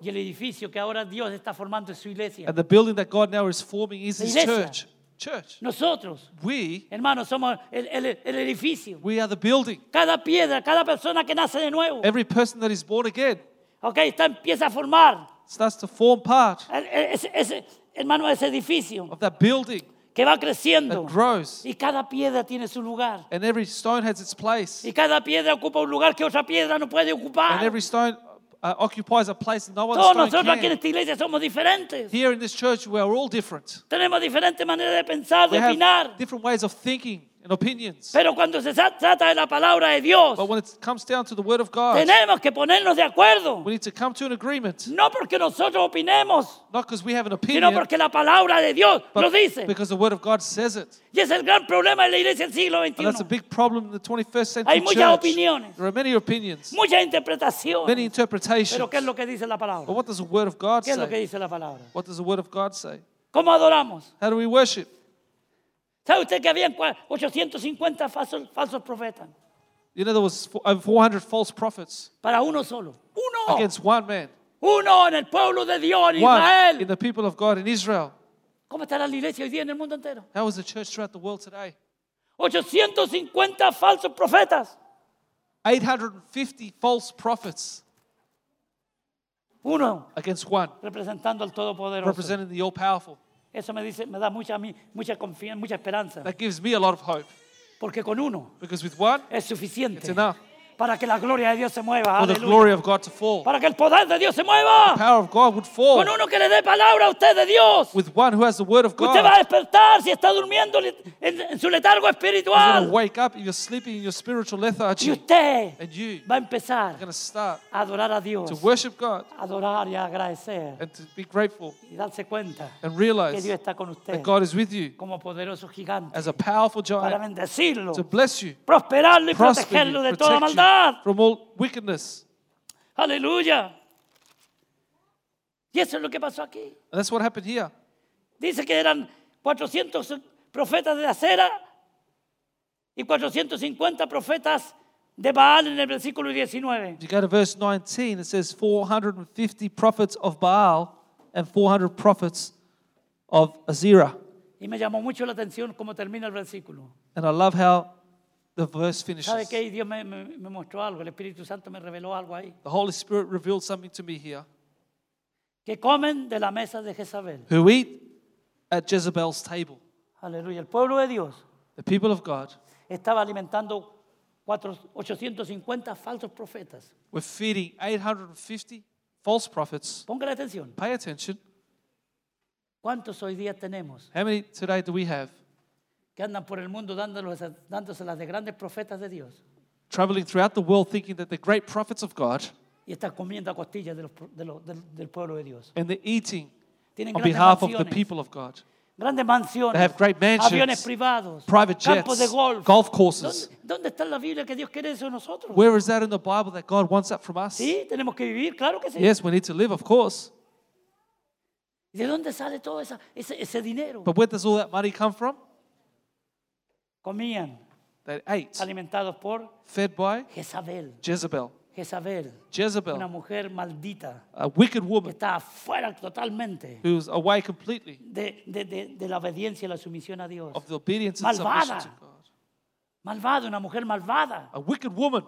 Y el edificio que ahora Dios está formando es su iglesia. And the building that God now is forming is His Iglesia. church. Church. Nosotros, We, hermanos, somos el, el- el edificio. we are the building. Cada piedra, cada persona que nace de nuevo, Every person that is born again ok, está, empieza a formar, starts to form part el- el- ese, ese- hermano, ese edificio of that building que va that creciendo. grows. Y cada piedra tiene su lugar. And every stone has its place. Y cada piedra ocupa un lugar que otra piedra no puede And ocupar. every stone uh, occupies a place no Todos other stone nosotros aquí en can. esta iglesia somos diferentes. Here in this church, we are all different. Tenemos diferentes maneras de pensar, We de have opinar. different ways of thinking and opinions. Pero cuando se sa- trata de la palabra de Dios, But when it comes down to the Word of God, tenemos que ponernos de acuerdo. we need to come to an agreement. No porque nosotros opinemos, Not because we have an sino opinion, porque la palabra de Dios lo but dice. because the Word of God says it. Y es el gran problema de la iglesia del siglo And that's a XXI. big problem in the 21st century Hay muchas church. opiniones. There are many opinions, Mucha interpretación. many interpretations. Pero ¿qué es lo que dice la But palabra? what does the Word of God ¿Qué es lo que say? dice la palabra? What does the Word of God say? ¿Cómo adoramos? How do we worship? ¿Sabe usted que había 850 falsos, falsos profetas? You know, there was fo- over 400 false prophets Para uno solo. Uno. against one man. Uno en el pueblo de Dios, en One in Israel. the people of God in Israel. ¿Cómo estará la iglesia hoy día en el mundo entero? How is the church throughout the world today? 850 falsos profetas. 850 false prophets Uno against one, representando al Todopoderoso. representing the all powerful. Eso me dice, me da mucha a mí, mucha confianza, mucha esperanza, That gives me a lot of hope porque con uno because with one, es it's suficiente enough para que la gloria de Dios se mueva, for the aleluya. glory of God to fall. para que el poder de Dios se The mueva. power of God would fall Con uno que le dé palabra a usted de Dios. with one who has the word of Usted va a God. despertar si está durmiendo li- en, en su letargo You're going to espiritual. wake up in your sleeping, in your spiritual Y lethargy, usted and you va a are empezar going to start a adorar a to Dios, worship God a adorar y a agradecer and to be grateful y darse cuenta and que realize Dios está con usted that God is with you como poderoso gigante as a powerful para giant bendecirlo, to bless you, prosperarlo y prosper protegerlo you, de toda protect maldad. you from all wickedness. Aleluya. Y eso es lo que pasó aquí. And that's what happened here. Dice que eran 400 profetas de acera y 450 profetas de Baal en el versículo 19. If you go to verse 19, it says 450 prophets of Baal and 400 prophets of Azerah. Y me llamó mucho la atención cómo termina el versículo. And I love how the verse ¿Sabe finishes. qué? Y Dios me, me- me mostró algo, el Espíritu Santo me reveló algo ahí. The Holy Spirit revealed something to me here. Que comen de la mesa de Jezabel. Who eat at Jezebel's table? Aleluya. El pueblo de Dios The people of God estaba alimentando cuatro- 850 falsos profetas. were feeding 850 false prophets. Póngale atención. Pay attention. ¿Cuántos hoy día tenemos? How many today do we have que andan por el mundo dándolos- dándoselas de grandes profetas de Dios traveling throughout the world thinking that they're great prophets of God y están comiendo a costillas de los pro- de los- del, del pueblo de Dios. and they're eating Tienen on grandes behalf of the mansiones. people of God? Grandes mansiones, They have great mansions, aviones privados, private campos de jets, golf. golf courses. ¿Dónde, dónde está la Biblia que Dios quiere eso de nosotros? Where is that in the Bible that God wants that from us? sí, tenemos que vivir, claro que sí. Yes, we need to live, of course. ¿De dónde sale todo esa- ese, ese dinero? But where does all that money come from? Comían They ate, alimentados por fed by Jezabel. Jezebel. Jezabel, una Jezebel, mujer maldita a que wicked woman está afuera totalmente who was away completely de, de- de- de la obediencia y la sumisión a Dios. of the obedience and submission to Malvada. God. Malvada, una mujer malvada, A wicked woman,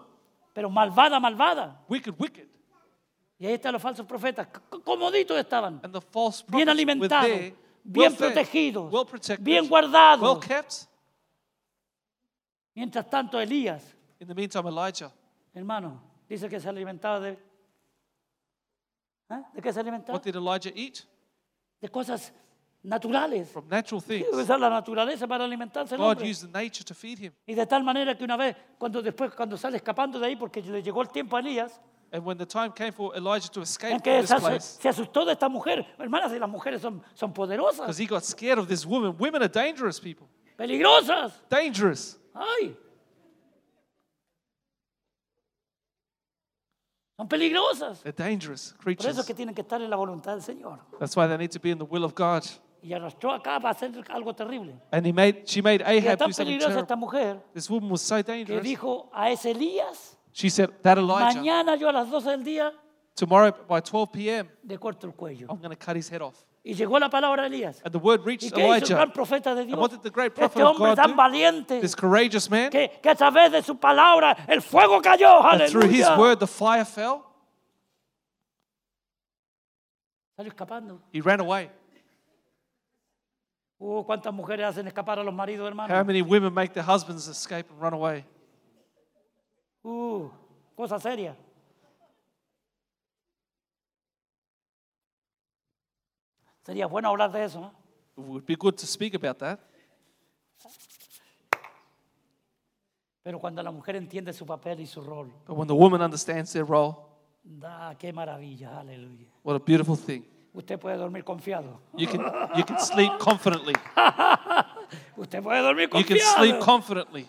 pero malvada, malvada. wicked, wicked. Y ahí están los falsos profetas, c- c- comoditos estaban, And the false bien prophets were alimentados, there, bien well fed, protegidos, well protected, bien well guardados. kept. Mientras tanto, Elías, In the meantime, Elijah, hermano, dice que se alimentaba de... ¿Eh? ¿De qué se alimentaba? what did Elijah eat? De cosas naturales. From natural things. Debe usar la naturaleza para alimentarse el God hombre. used the nature to feed him. Y de tal manera que una vez, cuando después, cuando sale escapando de ahí, porque le llegó el tiempo a Elías, And when the time came for Elijah to escape En from que this se asu- place, se asustó de esta mujer. Hermanas, y las mujeres son, son because poderosas, he got scared of this woman. Women are dangerous people. peligrosas. Dangerous. ¡Ay! Son peligrosas. They're dangerous Por eso creatures. es que tienen que estar en la voluntad del Señor. That's why they need to be in the will of God. Y arrastró acá para hacer algo terrible. And he made, she made Y era Ahab tan do something peligrosa esta terrible. mujer This woman was so que dangerous. dijo a ese Elías, She said, that Elijah, mañana yo a las 12 del día tomorrow by 12 p.m., le corto el cuello. I'm going to cut his head off. Y llegó la palabra de Elías. And the word ¿Y reached qué hizo el gran Elijah, profeta de Dios? what did the great prophet Este of hombre God tan do? valiente this courageous man, que, que a través de su palabra el fuego cayó. and through his Aleluya. word the fire fell. Salió escapando. He ran away. Uh, ¿Cuántas mujeres hacen escapar a los maridos, How hermano? many women make their husbands escape and run away? Uh, cosa seria. Sería bueno hablar de eso. ¿no? It would be good to speak about that. Pero cuando la mujer entiende su papel y su rol, But when the woman understands their role, da, qué maravilla, aleluya. what a beautiful thing. Usted puede dormir confiado. You can, you can sleep confidently. Usted puede dormir You can sleep confiado. confidently.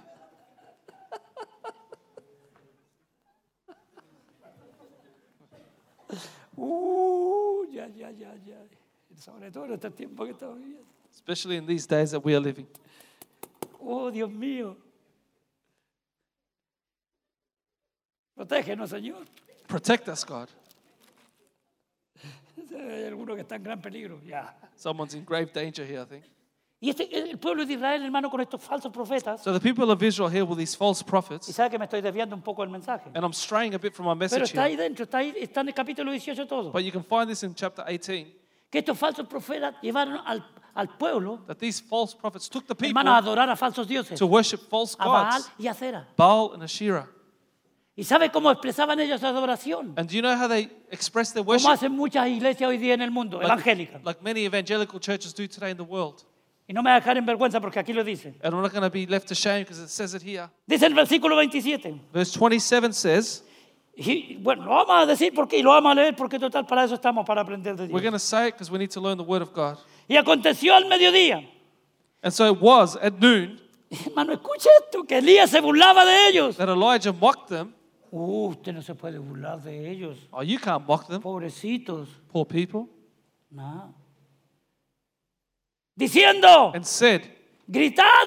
Uh, ya, ya, ya, ya. Sobre todo en este tiempo que estamos viviendo. Especially in these days that we are living. Oh, Dios mío. Protégenos, Señor. Protect us, God. Hay algunos que están en gran peligro. Ya. Someone's in grave danger here, I think. Y este, el pueblo de Israel, hermano, con estos falsos profetas. So the people of Israel here with these false Y prophets, sabe que me estoy desviando un poco del mensaje. and I'm straying a bit from my Pero message está here, ahí dentro, está, ahí, está en el capítulo 18 todo. but you can find this in chapter 18, Que estos falsos profetas llevaron al, al pueblo, that these false prophets took the people hermano, a adorar a falsos dioses. to worship false A Baal gods, y a Cera. Baal and Asherah. ¿Y sabe cómo expresaban ellos su adoración? And do you know how they express their Como worship? hacen muchas iglesias hoy día en el mundo, evangélicas. like many evangelical churches do today in the world. Y no me voy a dejar en vergüenza porque aquí lo dice. And we're not going to be left ashamed because it says it here. Dice el versículo 27. Verse 27 says, Y bueno, lo vamos a decir porque y lo vamos a leer porque total para eso estamos para aprender de we're Dios. going to say it because we need to learn the word of God. Y aconteció al mediodía. And so it was at noon Hermano, escucha esto, que Elías se burlaba de ellos. that Elijah mocked them. Uh, usted no se puede burlar de ellos, Oh, you can't mock them, pobrecitos. poor people. No. Diciendo, And said, gritad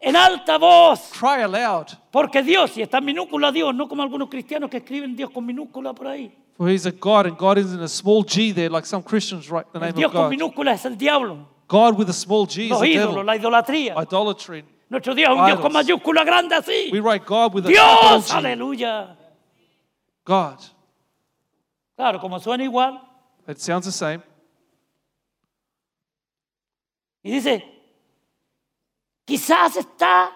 en alta voz, Cry aloud, porque Dios, y está en minúscula Dios, no como algunos cristianos que escriben Dios con minúscula por ahí. for he's a God, and God is in a small g there, like some Christians write the El name Dios of con God. minúscula es el diablo, God with a small g is los the ídolos, devil. la idolatría. Idolatry. Nuestro Dios es un Dios Idols. con mayúscula grande así. We write God with a small Dios, g. aleluya. God. Claro, como suena igual. It sounds the same. Y dice, quizás está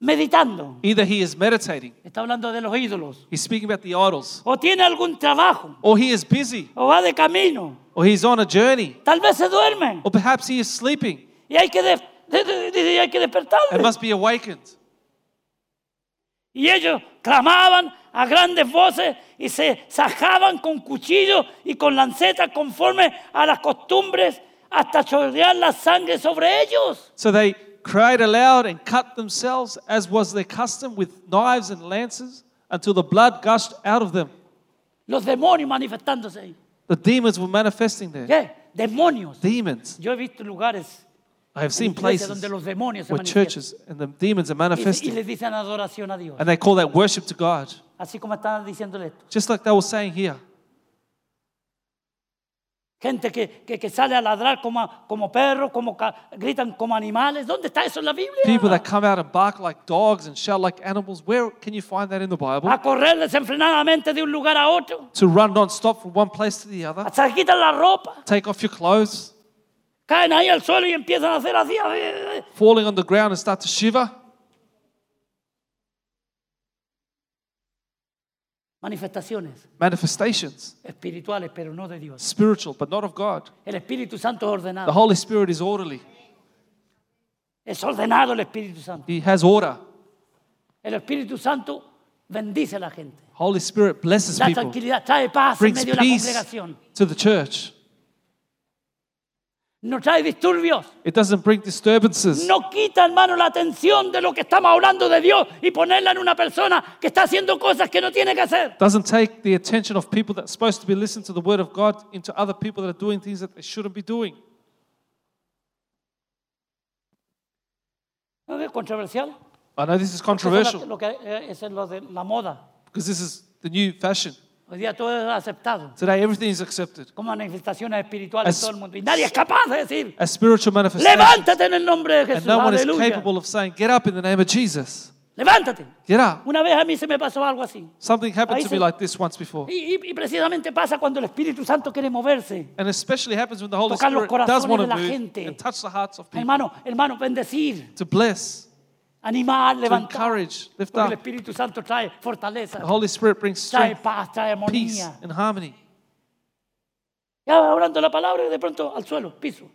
meditando. Either he is meditating, Está hablando de los ídolos. he's speaking about the idols, O tiene algún trabajo. or he is busy, O va de camino. or he's on a journey, Tal vez se duerme. or perhaps he is sleeping Y hay que, des- de- de- de- y hay que and despertarle. must be awakened. Y ellos clamaban a grandes voces y se sajaban con cuchillos y con lancetas conforme a las costumbres hasta chorrear la sangre sobre ellos. So they cried aloud and cut themselves, as was their custom, with knives and lances, until the blood gushed out of them. Los demonios manifestándose ahí. The demons were manifesting there. ¿Qué? Demonios. Demons. Yo he visto lugares I en have seen iglesias places donde los demonios se where manifiestan. churches and the demons are Y, y manifesting, les dicen adoración a Dios. and they call that worship to God, Así como están diciéndole esto. just like they were saying here. Gente que, que, que sale a ladrar como, como perros, como ca- gritan como animales. ¿Dónde está eso en la Biblia? People that come out and bark like dogs and shout like animals. Where can you find that in the Bible? A correr desenfrenadamente de un lugar a otro. To run non-stop from one place to the other. Se quitan la ropa. Take off your clothes, Caen ahí al suelo y empiezan a hacer así. eh, eh. falling on the ground and start to shiver. Manifestaciones Manifestations, espirituales, pero no de Dios. spiritual, but not of God. El Espíritu Santo es The ordenado. Holy Spirit is orderly. Es ordenado el Espíritu Santo. He has order. El Espíritu Santo bendice a la gente. Holy Spirit blesses La people, tranquilidad trae paz en brings medio de la peace congregación. to the church. No trae disturbios. It doesn't bring disturbances. No quita, hermano, la atención de lo que estamos hablando de Dios y ponerla en una persona que está haciendo cosas que no tiene que hacer. doesn't take the attention of people that's supposed to be listening to the word of God into other people that are doing things that they shouldn't be doing. ¿No es controversial? I know this Eso is es lo- controversial lo que eh, eso es lo de la moda. because this is the new fashion. Hoy día todo es aceptado Today, everything is accepted como manifestaciones espirituales As- de todo el mundo. Y nadie es capaz de decir, as spiritual manifestation. levántate en el nombre de And Jesús. no one is Aleluya. capable of saying, Get up in the name of Jesus. Levántate. Get up. Una vez a mí se me pasó algo así. Something happened Ahí to se- me like this once before. Y, y- y precisamente pasa cuando el Espíritu Santo quiere moverse. And especially happens when the Holy Tocar los Spirit does corazones want de la to move gente. and touch the hearts of people Hermano, hermano, bendecir, to bless, animar, to levantar. encourage, lift Porque el up. Espíritu Santo trae fortaleza, The Holy Spirit brings trae strength, paz, trae Oh, peace, armonía. and harmony. Ya orando la palabra y de pronto al suelo, piso.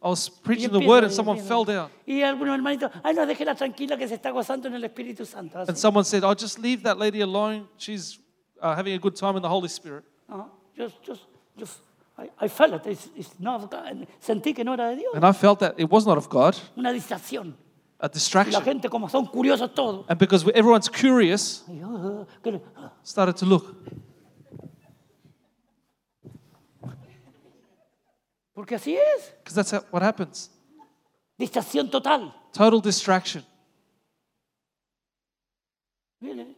I was Y preaching the empieza, word and y someone empieza. fell down. Y algunos hermanitos, ay, no, déjela tranquila que se está gozando en el Espíritu Santo. Así. And someone said, "I'll just leave that lady alone. She's uh, having a good time in the Holy Spirit." Ajá. Just- just- just- I, I felt it. It's- it's not of God. Sentí que no era de Dios. And I felt that it was not of God, Una distracción. Y a la distraction. gente, como son curiosos todos, And because we- everyone's curious, ay, ah, que le- ah. started to look. porque así es. Because that's how- what happens. Distracción total. Total distraction. Mire.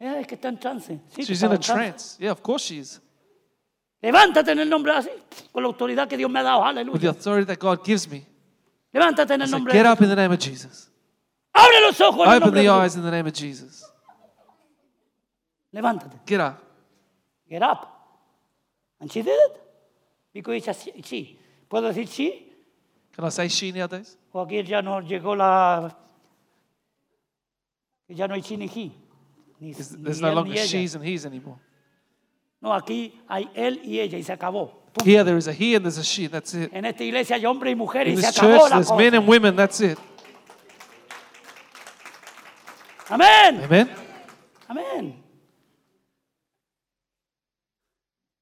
Eh, Es que está en trance. Sí, She's está in a en trance. trance. Yeah, of course she is. Levántate en el nombre así, con la autoridad que Dios me ha dado. With the Aleluya. authority that God gives me. Levántate en el So nombre de Pues get up Jesús. pues in the name of Jesus. Abre los ojos. en el Open nombre the de Jesús. eyes in the name of Jesus. Levántate. Get up. Get up. And she did it. Because it's a she- she. ¿Puedo decir she? Can I say she nowadays? O aquí ya no llegó la. Ya no hay she ni he. Ni, Is- ni There's él no ni longer ella. she's and he's anymore. No, aquí hay él y ella y se acabó. Punto. Here there is a he and there's a she. That's it. En esta iglesia hay hombre y mujer In y se this acabó church, la there's cosa. men and women. That's it. Amén. Amen. Amén.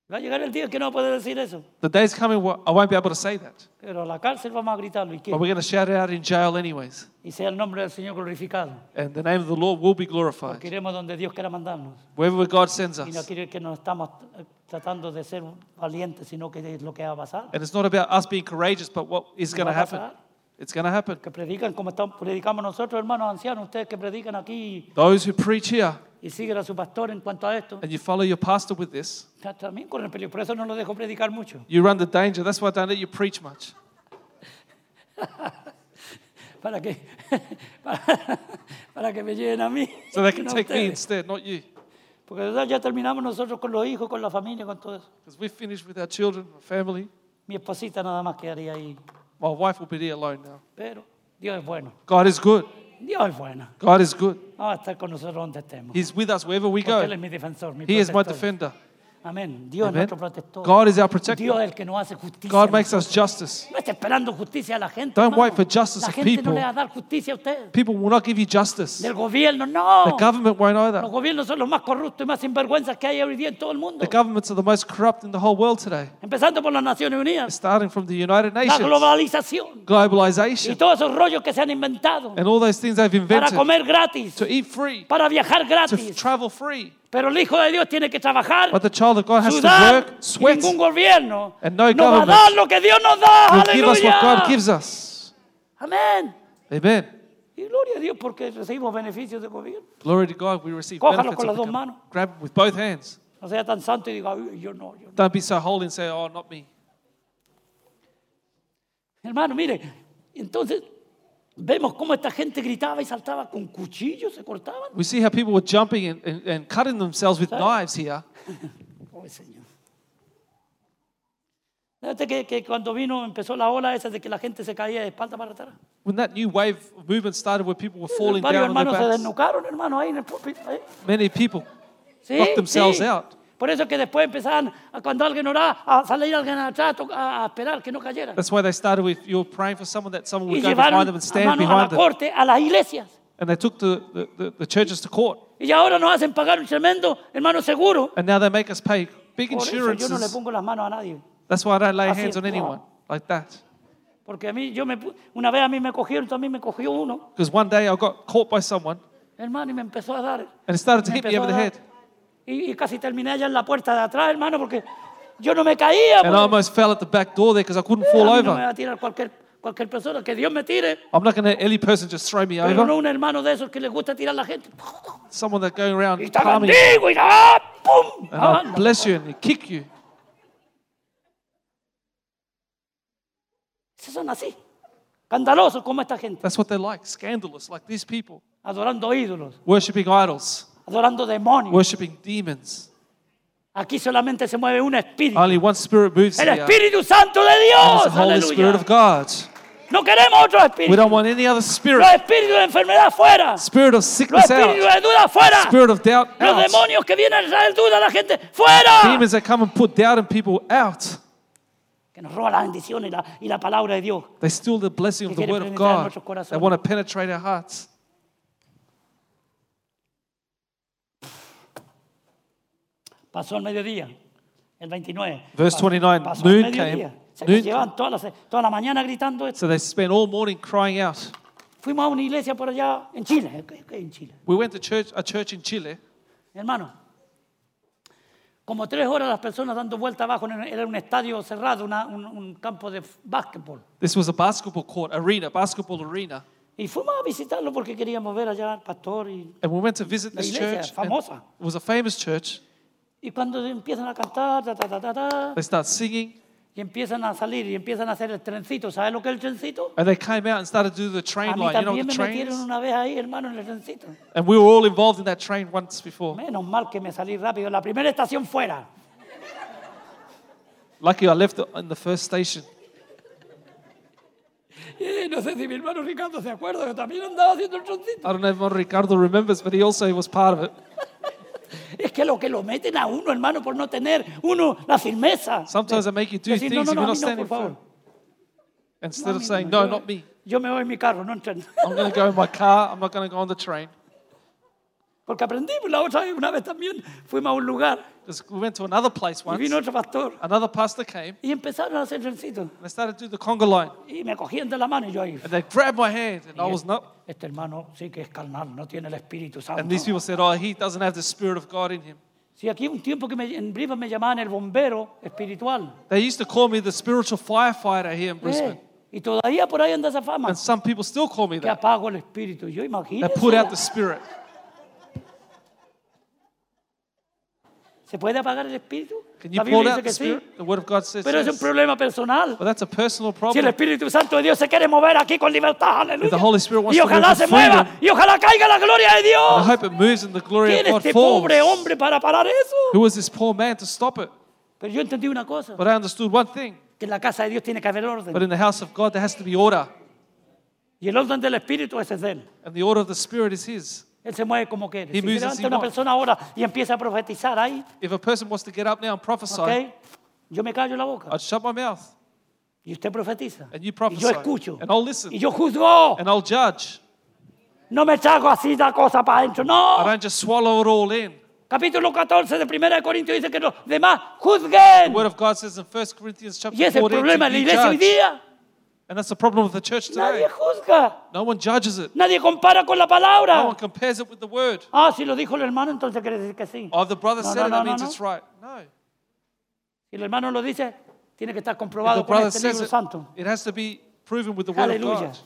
Va a llegar el día en que no puede decir eso. The day's coming where I won't be able to say that. Pero a la cárcel vamos a gritarlo. ¿Y, qué? But we're going to shout it out in jail, anyways. y sea el nombre del Señor glorificado. And the name of the Lord will Porque be glorified. iremos donde Dios quiera mandarnos. Wherever God sends Y no us. quiere que no estamos eh, tratando de ser valientes, sino que es lo que va a pasar. And it's not about us being courageous, but what is going to Va a pasar. happen. It's going to happen. Que predican como estamos, predicamos nosotros, hermanos ancianos, ustedes que predican aquí Those who preach here y siguen a su pastor en cuanto a esto, and you follow your pastor with this, ta- también corren peligro. Por eso no lo dejo predicar mucho. you run the danger. That's why I don't let you preach much. Para que, para, para que me lleven a mí. So they y can no a take me ustedes. instead, not you. Porque de verdad ya terminamos nosotros con los hijos, con la familia, con todo eso. Because we're finished with our children, our family. Mi esposita nada más quedaría ahí. My wife will be there alone now. Pero Dios es bueno. God is good. Dios es bueno. God is good. Vamos a estar con nosotros donde estemos. He's with us wherever we Porque Él go. es mi defensor, mi He is my protector. defender. Amén. Dios Amen. es nuestro protector. God is our protector. Dios es el que nos hace justicia. God makes us justice. No está esperando justicia a la gente. Don't hermano. wait for justice la of gente no people. le va a dar justicia a usted. People will not give you justice. Del gobierno, no. The government won't Los either. gobiernos son los más corruptos y más sinvergüenzas que hay hoy día en todo el mundo. The governments are the most corrupt in the whole world today, Empezando por las Naciones Unidas, starting from the United la Nations, globalización y globalization, todos esos rollos que se han inventado and all those things they've para invented comer gratis, to eat free, para viajar to f- gratis. travel free. Pero el Hijo de Dios tiene que trabajar, But the child of God has to sudar, work, y sweat, ningún will gobierno and no nos va a government dar lo que Dios nos da. give us what God Aleluya. gives us. Amén. Amen. Y gloria a Dios porque recibimos beneficios del gobierno. Glory to God, we receive Cójalo benefits. con of las the dos government. manos. Grab it with both hands. No sea tan santo y diga, "Uy, yo no, yo no". Don't be so holy and say, oh, not me. Hermano, mire, entonces vemos cómo esta gente gritaba y saltaba con cuchillos, se cortaban. We see how people were jumping and, and, and cutting themselves with Sorry. knives here. Oh, Señor. Fíjate que, que cuando vino, empezó la ola esa de que la gente se caía de espalda para atrás. When that new wave of movement started where people were falling Varios down on hermanos se their backs, desnucaron, hermano, ahí en el púlpito. ahí. many people Sí, knocked themselves sí. out. Por eso que después empezaban, a- cuando alguien oraba, a salir alguien atrás a to- a, a esperar que no cayera. That's why they started with you were praying for someone that someone Y would go behind them llevaron hermano, and stand a la behind them. corte, a las iglesias. And they took the, the, the, the churches to court. Y ahora nos hacen pagar un tremendo, hermano, seguro. And now they make us pay big Por eso yo no le insurances. pongo las manos a nadie. That's why I don't lay Así hands es, on anyone wow. like that. Porque a mí, yo me, pu- una vez a mí me cogieron, también me cogió uno, Because one day I got caught by someone hermano, y me empezó a dar. and it started to Me hit me empezó over the a dar. head. Y, y casi terminé allá en la puerta de atrás, hermano, porque yo no me caía. And I porque almost fell at the back door there because I couldn't a fall mí no me va over. a tirar cualquier, cualquier persona, que Dios me tire. I'm not going to let any person just throw me Pero no over. un hermano de esos que les gusta tirar a la gente. Someone that going Y around está palming contigo y ¡ah! ¡pum! and Ah, I'll no. bless you and kick you. Esos son así, escandalosos como esta gente, That's what they're like, scandalous, like these people. adorando ídolos, Worshipping idols, adorando demonios. worshipping demons. Aquí solamente se mueve un espíritu. Only one spirit moves El here. And it's Espíritu Santo de the Dios. Ah, Holy Spirit Aleluya. of God. No queremos otro We espíritu. don't want any other Los spirit. espíritus de enfermedad fuera. Spirit of Los sickness espíritus out. de duda fuera. Spirit of doubt Los out. demonios que vienen a traer duda a la gente fuera. Demons that come and put doubt in people out. Que nos roba la bendición y la, y la palabra de Dios. They steal the blessing of Que the quiere word of penetrar en God. nuestros corazones. They want to penetrate our hearts. Pasó el mediodía, el 29. Verse Pas- 29, Pasó noon el mediodía. came. Se Noon llevan toda la, se- toda la mañana gritando esto. So they spent all morning crying out. Fuimos a una iglesia por allá en Chile. ¿Qué- qué En Chile. We went to church, a church in Chile. Hermano, como tres horas las personas dando vuelta abajo, en- era un estadio cerrado, una- un, un campo de f- básquetbol. This was a basketball court, arena, basketball arena. Y fuimos a visitarlo porque queríamos ver allá al pastor. Y, And we went to visit La this iglesia church. and famosa. It was a famous church. y cuando empiezan a cantar, ta, ta, ta, ta, ta, They start singing y empiezan a salir y empiezan a hacer el trencito, ¿sabes lo que es el trencito? and they came out and started to do the A train mí line. You know también what the me train metieron is? una vez ahí, hermano, en el trencito. And we were all involved in that train once before. Menos mal que me salí rápido. La primera estación fuera. Lucky I left it in the first station. Y Eh, no sé si mi hermano Ricardo se acuerda, yo también andaba haciendo el trencito. I don't know if Ricardo remembers, but he also was part of it. Es que lo que lo meten a uno, hermano, por no tener uno la firmeza. Sometimes they make you do Decir, things no, no, no, if you're a not mí no, standing por favor. firm. Instead a of mí saying, no, no, yo- not me. Yo me voy en mi carro, no entren. I'm going to go in my car. I'm not going to go on the train. Porque aprendimos la otra vez, una vez también fuimos a un lugar 'Cause we went to another place y once. vino otro pastor Another pastor came y empezaron a hacer trencito. and they started to do the conga line. Y me cogían de la mano y yo ahí. And they grabbed my hand and I was not. Este hermano sí que es carnal, no tiene el Espíritu And these Santo. people said, oh, he doesn't have the Spirit of God in him. Sí, aquí un tiempo que me- en Brisbane me llamaban el bombero espiritual. They used to call me the spiritual firefighter here in Brisbane. Eh, y todavía por ahí anda esa fama. And some people still call me Que that. apago el espíritu. Yo They imagino. put out the spirit. ¿Se puede apagar el espíritu? Can you La Biblia pull dice out que the sí. spirit? The word of God says Pero es un yes. But problema personal. that's a personal Si el problem. Espíritu Santo de Dios se quiere mover aquí con libertad, aleluya. If the Holy Spirit wants y to ojalá move se with mueva freedom. y ojalá caiga la gloria de I Dios. hope it moves and the glory ¿Quién of es God este falls. pobre hombre para parar eso? Who was this poor man to stop it? Pero yo entendí una cosa, But I understood one thing. que en la casa de Dios tiene que haber But orden. in the house of God, there has to be order. Y el orden del Espíritu ese es de él. And the order of the Spirit is His. Él se mueve como quiere. Si He se moves as he levanta una wants. persona ahora y empieza a profetizar ahí, If a person wants to get up now and prophesy, ¿ok? Yo me callo la boca I'd shut my mouth y usted profetiza. and you Y prophesy. yo escucho. And I'll listen. Y yo juzgo. And I'll judge. No me trago así la cosa para adentro. No. I don't just swallow it all in. Capítulo 14 de 1 de Corintios dice que los demás juzguen. The Word of God says in 1 Corinthians chapter Y ese es el 14, problema de la "You iglesia hoy judge." día. And that's the problem with the church today. Nadie juzga. No one judges it. Nadie compara con la No palabra. one compares it with the Word. Ah, si lo dijo el hermano, entonces quiere decir que sí. Oh, if the brother No, said no, it, no, that no, means no. it's right. No. Si el hermano lo dice, tiene que estar If the comprobado con brother este says libro it, santo. it has to be proven with the Word of Aleluya. God.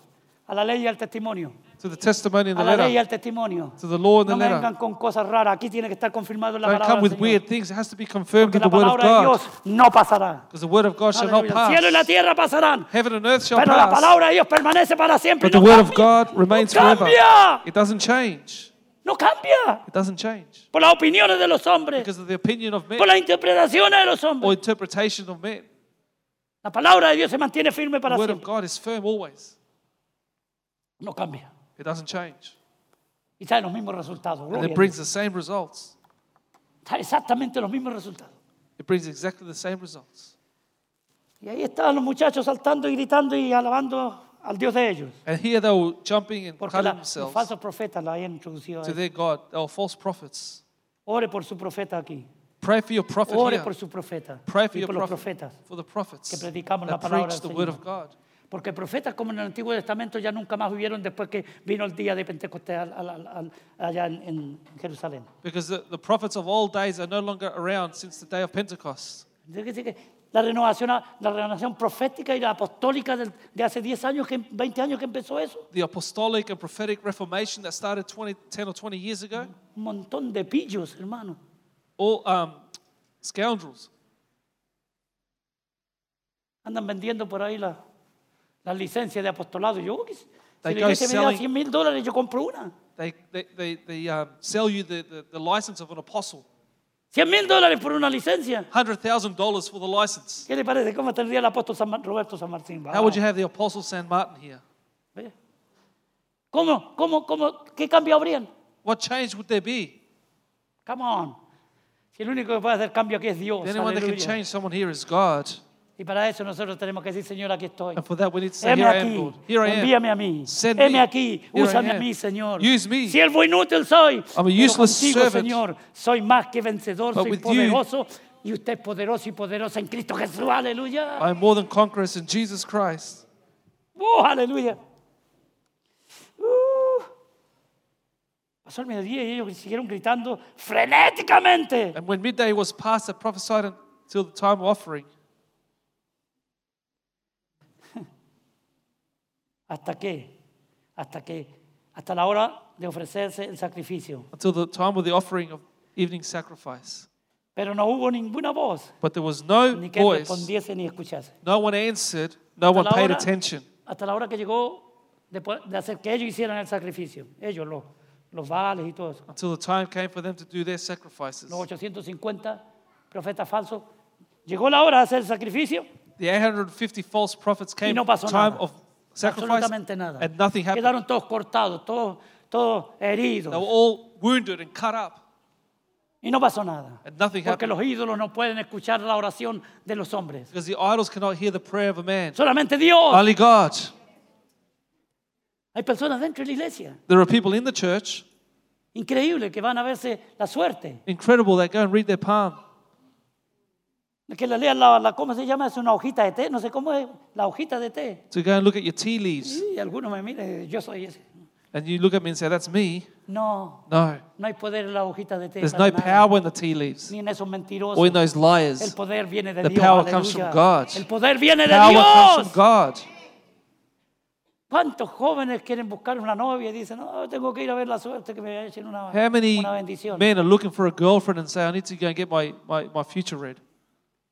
A la ley y al testimonio. To the testimony in A the la ley y letter. al testimonio. To the law in the No vengan letter. con cosas raras. Aquí tiene que estar confirmado en la Don't palabra del come with Señor. weird things. It has to be confirmed Que with la the Word of palabra de God. Dios no pasará. Because the Word of God shall not Aleluya. El cielo y la pass. tierra pasarán. Heaven and earth shall Pero la pass. palabra de Dios permanece para siempre. But the no word of cambia. God remains no forever. cambia. It doesn't change. No cambia. It doesn't change. Por las opiniones de los hombres. Because of the opinion of Por men las interpretaciones de los or hombres. interpretation of men. La palabra de Dios se mantiene firme para The word of siempre. God is firm always. No cambia. It doesn't change. Y trae los mismos resultados. And gloria it a brings Dios. the same results. Trae exactamente los mismos resultados. It brings exactly the same results. Y ahí estaban los muchachos saltando y gritando y alabando al Dios de ellos. And here they were jumping and Porque la- cutting los themselves falsos profetas la habían introducido. a to él. their God. They were false prophets. Ore por su profeta aquí. Pray for your prophet Ore here. por su profeta. Pray for y your por los prophet. profetas. For the prophets que that predicamos la palabra preach del the word Señor. of God. Porque profetas como en el Antiguo Testamento ya nunca más vivieron después que vino el día de Pentecostés al- al- al- al- allá en, en Jerusalén. Because the, the prophets of old days are no longer around since the day of Pentecost. Entonces, quiere decir que la renovación, la renovación profética y la apostólica del- de, hace 10 años, que, 20 años que empezó eso. The apostolic and prophetic reformation that started 20, 10 or 20 years ago, Un montón de pillos, hermano. all um, scoundrels Andan vendiendo por ahí la- las licencias de apostolado. Yo, que si la They go iglesia me da selling- 100 mil dólares, yo compro una. They, they, they, they um, sell you the, the, the license of an apostle. 100 mil dólares por una licencia. $100,000 for the license. ¿Qué le parece? ¿Cómo tendría el apóstol San Mar- Roberto San Martín? How would you have the apostle San Martin here? Vaya. ¿Cómo, cómo, cómo, qué cambio habrían? What change would there be? Come on. Si el único que puede hacer cambio aquí es Dios. The only one that can aleluya. change someone here is God. Y para eso nosotros tenemos que decir, Señor, aquí estoy. And for that, we need to say, Heme Here I am, aquí, Lord. Here I am. envíame a mí, Send me. heme aquí, Here I úsame a am. mí, Señor. Use me. Siervo inútil soy, a pero useless contigo, servant. Señor, soy más que vencedor, But soy with you- poderoso, y usted es poderoso y poderosa en Cristo Jesús, aleluya. I am more than conquerors in Jesus Christ. ¡Oh, aleluya! Uh. Pasó el mediodía y ellos siguieron gritando frenéticamente. And when midday was past, I prophesied until the time of offering, ¿Hasta qué? ¿Hasta qué? Hasta la hora de ofrecerse el sacrificio. until the time of the offering of evening sacrifice. Pero no hubo ninguna voz, But there was no ni que voice, respondiese ni escuchase. no one answered, no one la paid hora- attention. Hasta la hora que llegó de, po- de hacer que ellos hicieran el sacrificio. Ellos, los, los vales y todo eso. Until the time came for them to do their sacrifices. Los 850 profetas falsos. Llegó la hora de hacer el sacrificio. The 850 false prophets came no pasó time nada. of sacrifice Absolutamente nada. and nothing happened. Quedaron todos cortados, todos, todos They were heridos. all wounded and cut up Y no pasó nada. and nothing Porque happened los ídolos no pueden escuchar la oración de los hombres. because the idols cannot hear the prayer of a man. Solamente Dios. Only God. Hay personas dentro de la iglesia. There are people in the church, Increíble que van a verse la suerte. incredible, they go and read their palm. Que le lean la, la- ¿cómo se llama? Es una hojita de té. No sé cómo es la hojita de té. To go and look at your tea leaves Y algunos me miran, yo soy ese. and you look at me and say, That's me. No, No. no hay poder en la hojita de té. There's para no nada. power in the tea leaves Ni en esos mentirosos. or in those El liars. poder viene de The Dios. power comes aleluya. from God. El poder viene de Power Dios. comes from God. ¿Cuántos jóvenes quieren buscar una novia y dicen, no, tengo que ir a ver la suerte que me echen una, How many una bendición? men are looking for a girlfriend and say, I need to go and get my, my, my future read?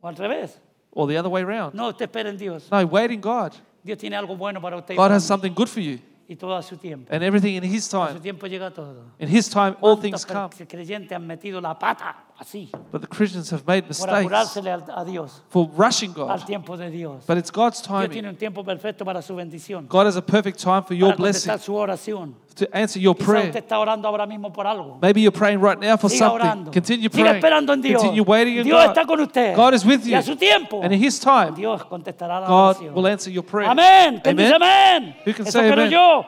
O al revés. Or the other way around. No, usted espera en Dios. No, wait in God. Dios tiene algo bueno para usted y God para has mí. something good for you. y todo a su tiempo. And everything in His A su time. tiempo llega todo. In His time, all things ¿Cuántos come. cre- creyentes han metido la pata así But the Christians have made por mistakes apurársele al- a, Dios, for rushing al God. tiempo de Dios? But it's God's Dios timing. tiene un tiempo perfecto para su bendición, God has a perfect time for para your contestar blessing, su oración. to answer your Quizá usted prayer. está orando ahora mismo por algo. Maybe you're praying right now for Siga something. orando. Continue Siga praying. esperando en Dios. Continue waiting in Dios está God. con usted. God is with Y a you. su tiempo. And in His time, Dios contestará la God oración. will answer your prayer. Amén. ¿Quién dice amén? Who can Eso say quiero amen? yo.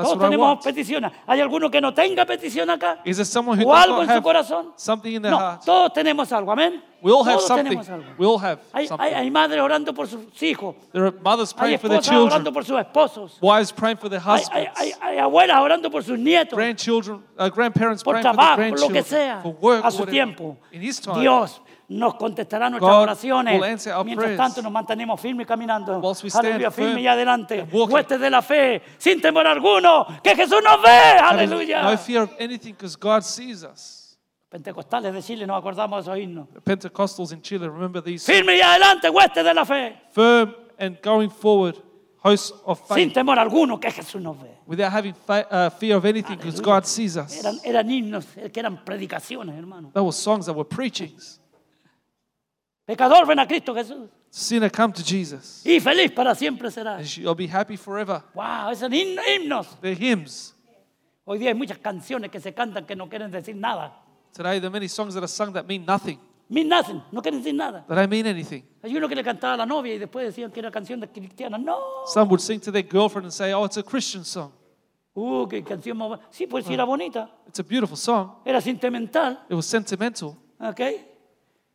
That's Todos what I tenemos want. peticiones. ¿Hay alguno que no tenga petición acá? Is there someone who ¿O does algo not en su have corazón? something in their No, heart? todos tenemos algo. Amén. We all have todos something. tenemos algo. We all have Hay, something. hay, hay madres orando por sus hijos. there are mothers Hay praying for their esposas children, orando por sus esposos. wives praying for their Hay, husbands, hay- hay- hay abuelas orando por sus nietos. grandchildren, uh, grandparents Por praying trabajo, for their por lo que grandchildren, sea. for work, a su whatever. tiempo. In His time, Dios nos contestará nuestras God oraciones. will answer our Mientras prayers. tanto nos mantenemos firmes y caminando. Whilst we stand Aleluya, firme firm y adelante. and walking. Huestes de la fe, sin temor alguno, que Jesús nos ve. having Aleluya. no fear of anything because God sees us. Pentecostales de Chile nos acordamos de esos himnos. The Pentecostals in Chile, remember these Firme y adelante, huestes de la fe, firm and going forward hosts of sin faith temor alguno, que Jesús nos ve. without having fa- uh, fear of anything because God sees us. Eran, eran himnos, que eran predicaciones, hermano. They were songs that were preachings. Pecador, ven a Cristo Jesús. Sinner, come to Jesus, Y feliz para siempre será. and you'll be happy forever. Wow, esos himno- himnos. They're hymns. Hoy día hay muchas canciones que se cantan que no quieren decir nada. Today, there are many songs that are sung that mean nothing. mean nothing, no quiere decir nada. They don't mean anything. Hay uno que le cantaba a la novia y después decían que era canción de cristiana. No. Some would sing to their girlfriend and say, Oh, it's a Christian song. Uh, qué canción más buena. Sí, pues sí era bonita, It's a beautiful song. era sentimental, It was sentimental, ¿ok?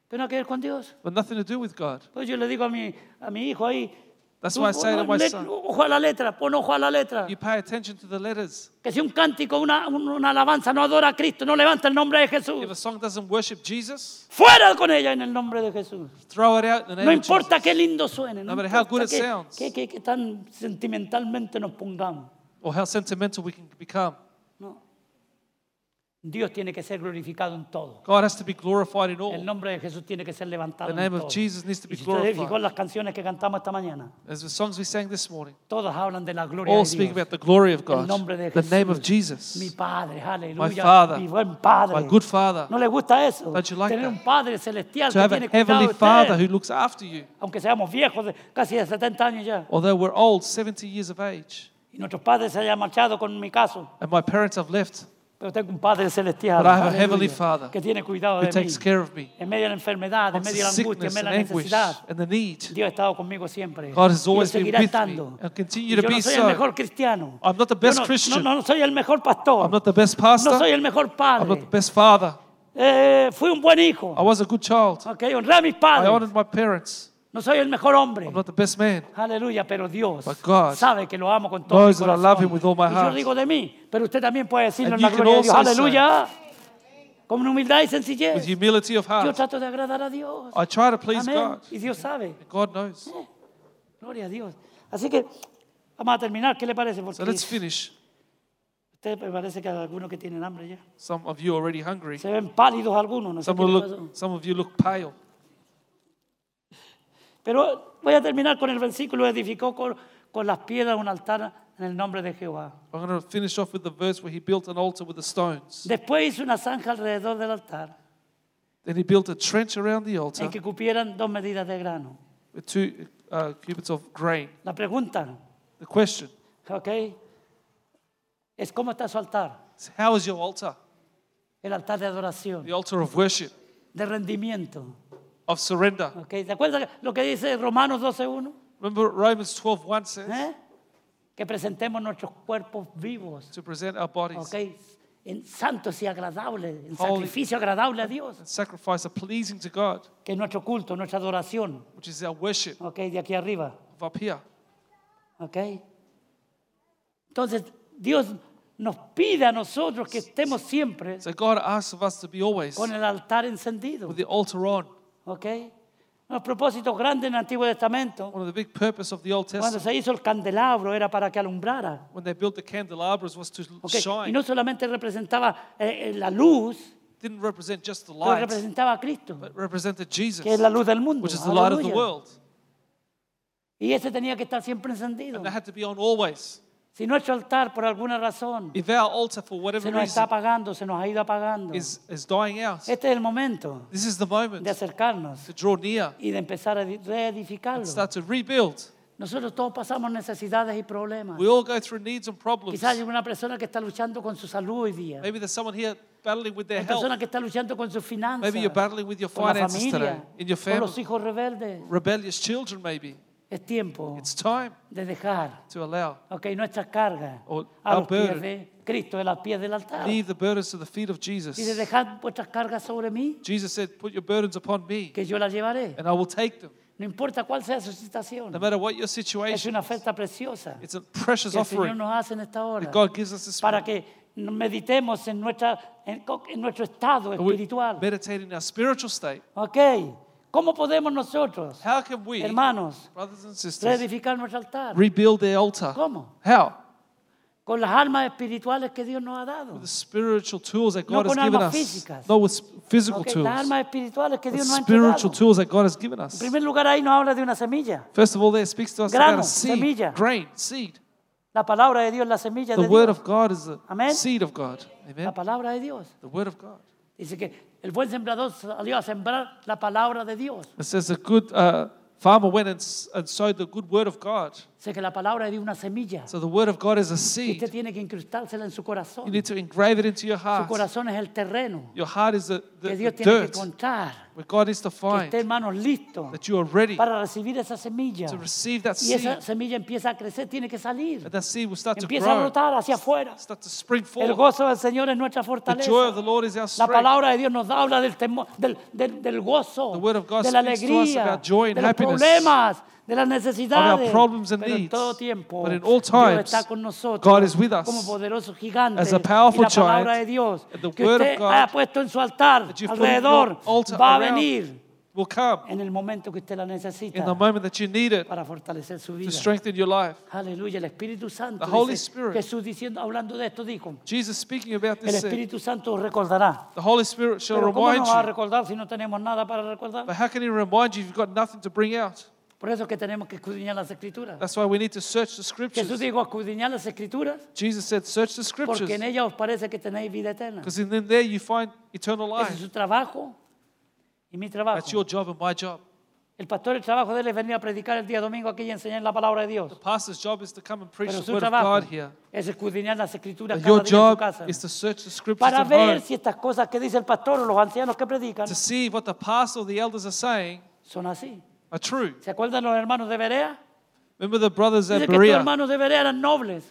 Pero no que ver con Dios. but nothing to do with God. Pues yo le digo a mi, a mi hijo ahí, That's tú why I say to pon my let- son, ojo a la letra, pon ojo a la letra. You pay attention to the letters. Que si un cántico, una, un- una alabanza no adora a Cristo, no levanta el nombre de If a Jesús. song doesn't worship Jesus, Fuera con ella en el nombre de Jesús. throw it out in the name No of Jesus. importa qué lindo suene, no No matter how good importa it qué- sounds. qué- qué- qué tan sentimentalmente nos pongamos. Or how sentimental we can become. No. Dios tiene que ser glorificado en todo. God has to be glorified in El all. nombre de Jesús tiene que ser levantado. Oh. The en name of todo. Jesus needs to be y si ustedes glorified. fijó en las canciones que cantamos esta mañana, As the songs we sang this morning, todas hablan de la gloria all de speak Dios. about the glory of el God, nombre de the Jesús. name of Mi Jesus, Padre, aleluya. Father, mi buen Padre. my good Father, ¿No le gusta eso? Don't you like Tener that? un Padre celestial to que have tiene a cuidado de heavenly usted, Father who looks after you. aunque seamos viejos, de- casi de 70 años ya. Although we're old, 70 years of age, Y nuestros padres se hayan marchado con mi caso. and my parents have left, Pero tengo un Padre celestial But I have a aleluya, heavenly Father que tiene cuidado who de mí. takes care of me. En medio de la enfermedad, en Amongst medio the de la angustia, en sickness medio and de la anguish necesidad. and the need, Dios ha estado conmigo siempre. God has Y Él always been seguirá with me estando. and continue Y to yo no be soy so. el mejor cristiano. I'm not the Yo best no, Christian. No, no soy el mejor pastor. I'm not the best pastor, no soy el mejor I'm not padre. the best father, Eh, fui un buen hijo. I was a good child, Ok, honré a mis I padres. honored my parents, No soy el mejor hombre. I'm not the best man. Aleluya, pero Dios But God sabe que lo amo con todo mi knows that I corazón. love him with all my Y yo heart. digo de mí, pero usted también puede decirlo And en la you can gloria de Dios. also say- Aleluya. Con humildad y With sencillez. humility of Yo heart, trato de agradar a Dios. I try to Oh, please Amén. God. Y Dios sabe. God knows. Gloria a Dios. Así que vamos a terminar. ¿Qué le parece? Porque So let's finish. ustedes me parece que hay algunos que tienen hambre ya. Some of you are already hungry. Se ven pálidos algunos. No sé Some, qué will les pasó. look, some of you look pale. Pero voy a terminar con el versículo. Edificó con, con las piedras un altar en el nombre de Jehová. I'm going to finish off with the verse where he built an altar with the stones. Después hizo una zanja alrededor del altar Then he built a trench around the altar en que cupieran dos medidas de grano. with two uh, cubits of grain. La pregunta, The question ¿ok? Es cómo está su altar. is how is your altar? El altar de adoración, The altar of worship, de rendimiento. of surrender. ¿Ok? ¿Se acuerdan lo que dice Romanos 12.1? Remember what Romans 12.1 says ¿Eh? que presentemos nuestros cuerpos vivos, to present our bodies ¿ok? En santos y agradables, en Holy. sacrificio agradable a Dios, and sacrifice are pleasing to God, que es nuestro culto, nuestra adoración, which is our worship ¿ok? De aquí arriba, of up here. ¿ok? Entonces, Dios nos pide a nosotros que estemos siempre So God asks of us to be always con el altar encendido, with the altar on. ¿ok? Los propósitos grandes en el Antiguo Testamento, One of the big purpose of the Old cuando Testament, se hizo el candelabro, era para que alumbrara, when they built the candelabras, was to ¿ok? Y shine. no solamente representaba eh, eh, la luz, didn't represent just the pero light, representaba a Cristo. but represented Jesus, que es la luz del mundo. which is the light of the Aleluya. world. Y ese tenía que estar siempre encendido. And that had to be on always. Si nuestro altar por alguna razón If our altar, for se whatever nos está reason, apagando, se nos ha ido apagando, is, is dying out, este es el momento this is the de moment acercarnos to draw near y de empezar a reedificarlo. and start to rebuild. Nosotros todos pasamos necesidades y problemas. We all go through needs and problems. Quizás hay una persona que está luchando con su salud hoy día. Maybe there's someone here battling with their Hay personas health. que está luchando con sus finanzas. Maybe you're battling with your con la finances today, familia, in your con los family. hijos rebeldes. Rebellious children, maybe. Es tiempo It's time de dejar to allow. ok, nuestras cargas O- ah, a our los pies burden. de Cristo, a los pies del altar. Leave the burdens to the feet of Y de Jesus. dejar vuestras cargas sobre mí, Jesus said, Put your burdens upon me, que yo las llevaré. and I will take them. No importa cuál sea su No situación. matter what your Es situation, una oferta preciosa it's a precious que el Señor offering nos hace en esta hora that God gives us this para que nos meditemos en, nuestra, en, co- en nuestro estado morning. espiritual. meditate in our spiritual state. ¿Ok? ¿Cómo podemos nosotros, How can we, hermanos, brothers and sisters, reedificar nuestro altar? rebuild the altar? ¿Cómo? How? Con las armas espirituales que Dios nos ha dado. The spiritual tools that God con has given armas us. físicas. Not with s- physical ¿Ok? Las tools. armas espirituales que but Dios nos ha entregado. spiritual En tools that God has given us. primer lugar, ahí nos habla de una semilla. First of all, there speaks to us Grano, about a seed, semilla. grain, seed. La palabra de Dios, la semilla The de word Dios. of God eh. is the Amén. seed of God. Amen. La palabra de Dios. The word of God. Dice que el buen sembrador salió a sembrar la palabra de Dios. It says a good uh, farmer went and, s- and sowed the good word of God. Sé que la palabra de Dios es una semilla. So the word of God is a Y Usted seed. tiene que incrustársela en su corazón. You need to engrave it into your Su heart. corazón es el terreno Your heart is the, que the, the Dios tiene que dirt contar. where God needs to Que esté find hermanos listos that you are ready para recibir esa semilla. to receive that Y seed. esa That semilla empieza a crecer, tiene que salir. that seed will start to Empieza a grow, brotar hacia afuera. start to spring El forth. gozo del Señor es nuestra The joy of fortaleza. the Lord is our La strength. palabra de Dios nos habla del, temor, del, del- del gozo, The word of God de la speaks to us alegría, about joy and de los happiness, problemas, de las necesidades. problems and Pero en needs. todo tiempo But in all Dios times, está con nosotros God is with us. como poderoso gigante. As a y powerful la palabra giant, de Dios and the que word of usted God ha puesto en su altar that you've put in your alrededor altar va a around venir Will come en el momento que usted la necesita in the moment that you need it para fortalecer su vida. to strengthen your life. Aleluya, el Espíritu Santo. The Holy dice- Spirit. Jesús diciendo, hablando de esto, dijo, Jesus speaking about el this said, Espíritu Santo os recordará. the Holy Spirit shall Pero ¿cómo remind nos va a you. recordar si no tenemos nada para recordar? But how can He remind you if you've got nothing to bring out? Por eso es que tenemos que escudriñar las escrituras. That's why we need to search the Jesús scriptures. dijo, escudriñar las escrituras Jesus said, search the porque scriptures en ellas os parece que tenéis vida eterna. because in them there you find eternal Ese es life. su trabajo y mi That's your trabajo. job and my job. El pastor, el trabajo de él es venir a predicar el día domingo aquí y enseñar la palabra de Dios. Pastor's job is to come and preach Pero the su word of God trabajo here. es escudriñar las escrituras But cada día your en su job casa. is to search the scriptures Para at ver home si estas cosas que dice el pastor o los ancianos que predican to see what the pastor or the elders are saying son así. are true. ¿Se acuerdan los hermanos de Berea? Remember the brothers Dice at que estos Berea. hermanos de Berea eran nobles.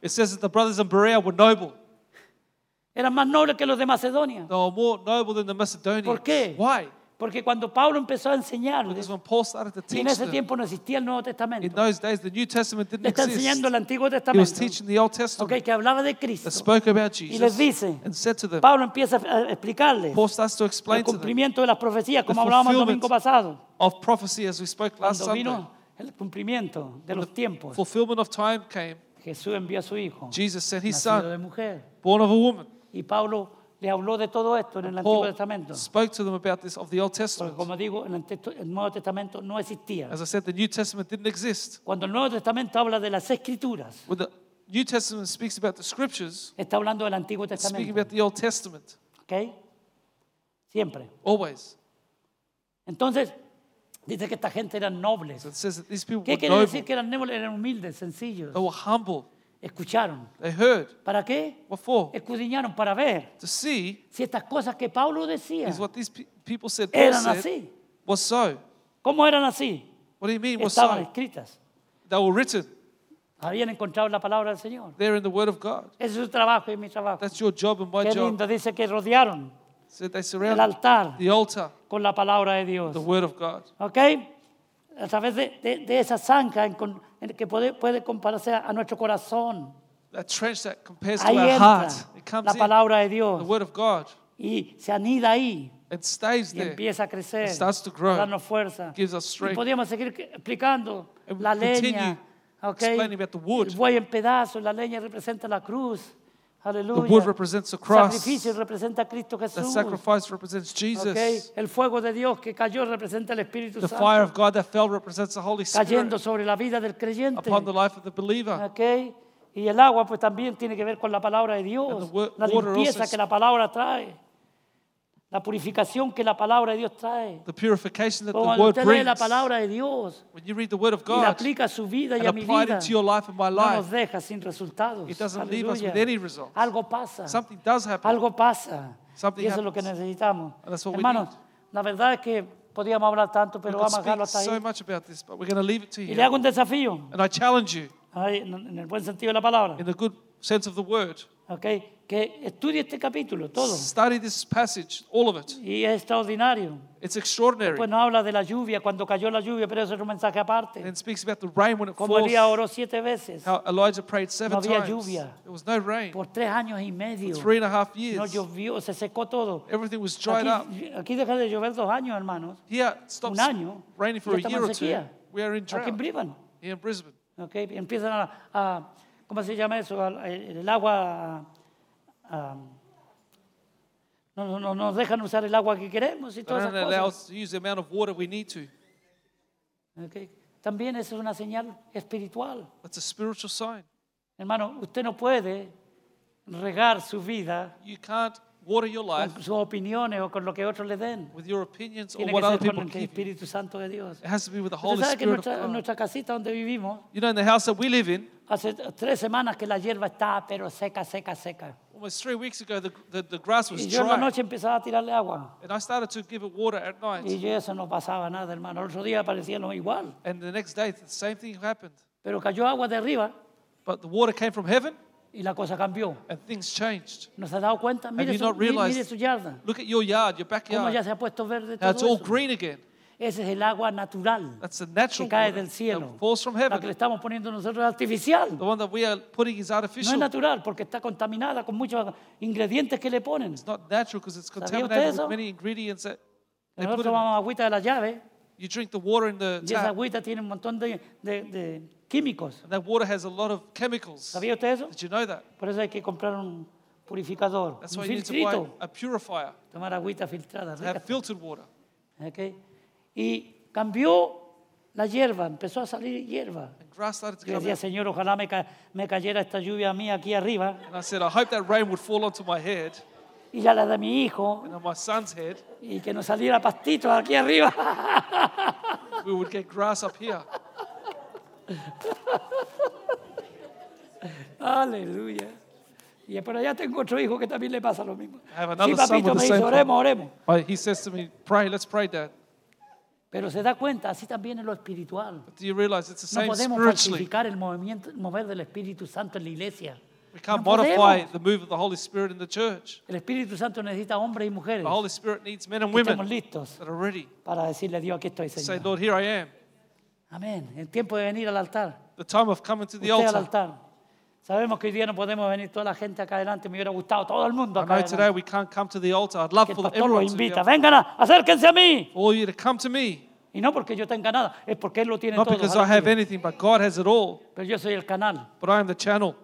It says that the brothers in Berea were noble. Eran más nobles que los de Macedonia. They were more noble than the Macedonians. ¿Por qué? Why? Porque cuando Pablo empezó a enseñarles, Because when Paul started to y en teach ese them, tiempo no existía el Nuevo in Testamento, those days the New Testament didn't le está exist. enseñando el Antiguo He was Testamento, teaching the Old ok, Testament que hablaba de that Cristo. spoke about Jesus dice, and said to them, Pablo empieza a explicarles Paul starts to explain el to them cumplimiento de las profecías, como hablábamos el fulfillment domingo pasado, of prophecy as we spoke last cuando Sunday. vino el cumplimiento de los tiempos. Fulfillment of time came. Jesús envió a su hijo, Jesus sent his nacido son, de mujer, born of a woman. y Pablo le habló de todo esto en el Antiguo Paul Testamento. spoke to them about this of the Old Porque Testament. como digo, el, Antesto- el Nuevo Testamento no existía. As I said, the New Testament didn't exist. Cuando el Nuevo Testamento habla de las Escrituras, When the New Testament speaks about the scriptures, está hablando del Antiguo it's speaking Testamento. about the Old Testament. ¿Ok? Siempre. Always. Entonces, dice que esta gente eran nobles. So it says that these people were ¿Qué quiere noble. decir que eran nobles? Eran humildes, sencillos. They were humble. Escucharon. They heard. ¿Para qué? What for? Eh, Escudriñaron para ver To see si estas cosas que Pablo decía, is what these pe- people said. Paul Eran said así. was so. ¿cómo eran así? What do you mean was Estaban so? escritas. They were written. Habían encontrado la palabra del Señor. They're in the Word of God. Ese es su trabajo y mi trabajo. That's your job and my Qué job. lindo. Dice que rodearon So they el surround altar the altar, con la palabra de Dios. the Word of God. ¿Ok? A través de, de- de esa zanja en con- en que puede, puede compararse a, a nuestro corazón. That trench that compares to Ahí our entra heart. It comes la in, the palabra de Dios Word of God. y se anida ahí It stays y there. empieza a crecer, It starts to a grow. darnos fuerza. Gives us Y strength. podríamos seguir que- explicando And we la continue leña. ¿ok? explaining about the wood. El buey en pedazos, la leña representa la cruz. Aleluya. The wood represents the cross. El sacrificio representa a Cristo That Jesús. sacrifice represents Jesus. ¿ok? El fuego de Dios que cayó representa el Espíritu The Santo. fire of God that fell represents the Holy Spirit cayendo sobre la vida del creyente. upon the life of the believer. ¿ok? Y el agua pues también tiene que ver con la palabra de And Dios, the wa- la water limpieza also que la palabra trae, la purificación que la palabra de Dios trae. The purification that the Cuando Word usted lee la brings. palabra de Dios When you read the Word of y la God aplica a su vida y and a mi apply it vida, into your life and my no nos life, deja sin resultados. It doesn't leave us Aleluya. with any results. Algo pasa, something does happen. algo pasa. Something y eso es lo que happens. necesitamos. And that's what we Hermanos, need. la verdad es que podíamos hablar tanto, We pero could vamos a dejarlo speak hasta so ahí. much about this, but we're going to leave it to Y le hago you. un desafío, And I challenge you, ay, en en el buen sentido de la palabra. in the good sense of the word, ¿ok? Que estudie este capítulo, todo. study this passage, all of it. Y es extraordinario. It's extraordinary. Pues no habla de la lluvia, cuando cayó la lluvia, pero eso es un mensaje aparte. And it speaks about the rain when it Como Elías falls. oró siete veces, How Elijah prayed seven No había times. lluvia. There was no rain. por tres años y medio, Three and a half no years. llovió, se secó todo. Everything was dried up. Aquí, aquí deja de llover dos años, hermanos. Here it stops Un año. raining for Ya a estamos year en or two. sequía. We are in Aquí en drought Brisbane, here in Brisbane. ¿ok? Empiezan a, a- ¿cómo se llama eso? Al- El, el agua... a- a- no, no, no nos dejan usar el agua que queremos y They don't todas esas allow cosas. us to use the amount of water we need to. Ok. También eso es una señal espiritual. That's a spiritual sign. Hermano, usted no puede regar su vida You can't water your life con sus opiniones o con lo que otros le den. with your opinions or Tiene what que other ser people con el give you. Espíritu Santo de Dios. It has to be with the Usted Holy sabe que Spirit of nuestra, en God. nuestra casita donde vivimos, You know, in the house that we live in, hace tres semanas que la hierba está pero seca, seca, seca. almost three weeks ago, the, the, the grass was Y yo en la dry. noche empezaba a tirarle agua. And I started to give it water at Y night. yo eso no pasaba nada, hermano. El otro día parecía no igual. And the next day, the same thing happened. Pero cayó agua de arriba But the water came from heaven y la cosa cambió. and things changed. ¿No se ha dado cuenta? Mire you su, not mi- realized- mire su yarda. Look at your yard, your Cómo ya backyard. se ha puesto verde Now it's todo all eso. green again. Ese es el agua natural That's the que natural cae water del cielo. that falls from La que le heaven. estamos poniendo nosotros es artificial. The one that we are putting is No es artificial. natural porque está contaminada con muchos ingredientes que le ponen. It's not natural because it's usted contaminated eso? with many ingredients that they put Nosotros in it. tomamos agüita de la llave You drink the water in the y esa tap, agüita tiene un montón de, de- de químicos. and that water has a lot of chemicals. ¿Sabía usted eso? Did you know that? Por eso hay que comprar un purificador, That's un why you need to buy filtrito. a purifier Tomar agüita filtrada, to rica. have filtered water. Ok. Y cambió la hierba, empezó a salir hierba. And grass started to Yo come decía, out. Señor, ojalá me, ca- me cayera esta lluvia a mí aquí arriba And I said, I hope that rain would fall onto my head y a la de mi hijo and on my son's head. y que no saliera pastito aquí arriba. We would get grass up here. Aleluya. Y por allá tengo otro hijo que también le pasa lo mismo. I have Sí, another son papito, with me the dice, same problem. oremos, oremos. I- He says to me, Pray, let's pray, Dad. Pero se da cuenta, así también en lo espiritual. But do you realize it's the No same podemos spiritually? falsificar el movimiento, el mover del Espíritu Santo en la iglesia. We can't No modify podemos. the move of the Holy Spirit in the church. El Espíritu Santo necesita hombres y mujeres The Holy Spirit needs men and que estemos women listos that are ready para decirle a Dios, aquí estoy, to say, Señor. Lord, here I am. Amén. El tiempo de venir al altar. The time of coming to the Usted al altar. altar. Sabemos que hoy día no podemos venir toda la gente acá adelante. Me hubiera gustado todo el mundo I acá know today adelante. we can't come to the altar. I'd love Que el for the- pastor los everyone to be invita. able- Vengan, a- acérquense a mí. all you to come to me. Y no porque yo tenga nada, es porque él lo tiene Not todo. because I ojalá have que- anything, but God has it all. Pero yo soy el canal. But I am the channel.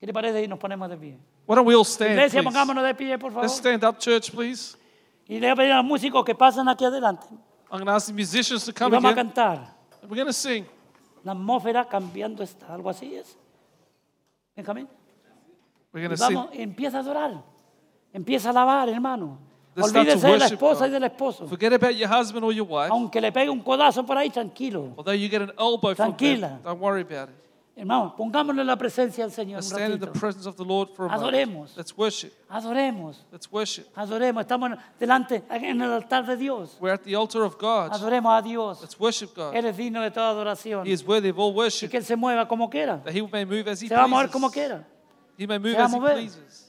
¿Qué le parece? Y nos ponemos de pie. Why don't we all stand, Iglesia, please? Este. pongámonos de pie, por favor. Let's stand up, church, please. Y le voy a pedir a los músicos que pasen aquí adelante. I'm going to ask the musicians to Y come vamos a again. cantar. And We're going to sing. La atmósfera cambiando está. Algo así es. Benjamín. We're going Y to sing. vamos, empieza a adorar. Empieza a alabar, hermano. Let's start to Olvídese de la worship esposa God. y del esposo. Forget about your husband or your wife. Aunque le pegue un codazo por ahí, tranquilo. Although you get an elbow from them, Tranquila. don't worry about it. Hermano, pongámonos en la presencia del Señor Let's un stand in the ratito. presence of the Lord for a moment. Adoremos. Let's worship. Adoremos, Let's worship. adoremos. Estamos delante en el altar de Dios. We're at the altar of God. Adoremos a Dios. Let's worship God. Él es digno de toda adoración. He is worthy of all Y worship. que Él se mueva como quiera. That he may move as he Se va a mover como pleases. quiera. He may move Se va a as he mover. pleases.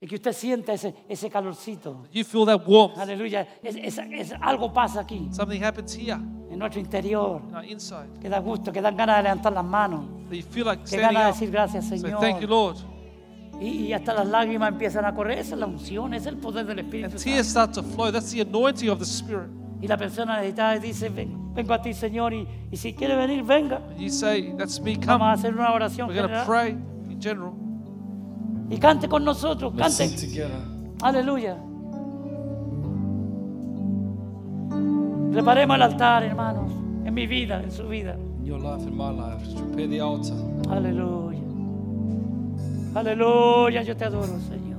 Y que usted sienta ese, ese calorcito. You feel that warmth. Aleluya. Es, es- es- algo pasa aquí, Something happens here en nuestro interior. in our inside. Que da gusto, que dan ganas de levantar las manos. That you feel like Que standing ganas de up. decir gracias, Say, Señor. thank you, Lord. Y, y hasta las lágrimas empiezan a correr. Esa es la unción, es el poder del And Espíritu Santo. tears start to flow. That's the anointing of the Spirit. Y la persona necesitada dice, "Ven- vengo a ti, Señor, y, y si quiere venir, venga. And you say, that's me, Vamos a come. hacer una oración We're going to general. pray in general. Y cante con nosotros, Let's sing cante. together. Aleluya. Preparemos el altar, hermanos, en mi vida, en su vida. In your life and my life, just prepare the altar. Aleluya. Aleluya, yo te adoro, Señor.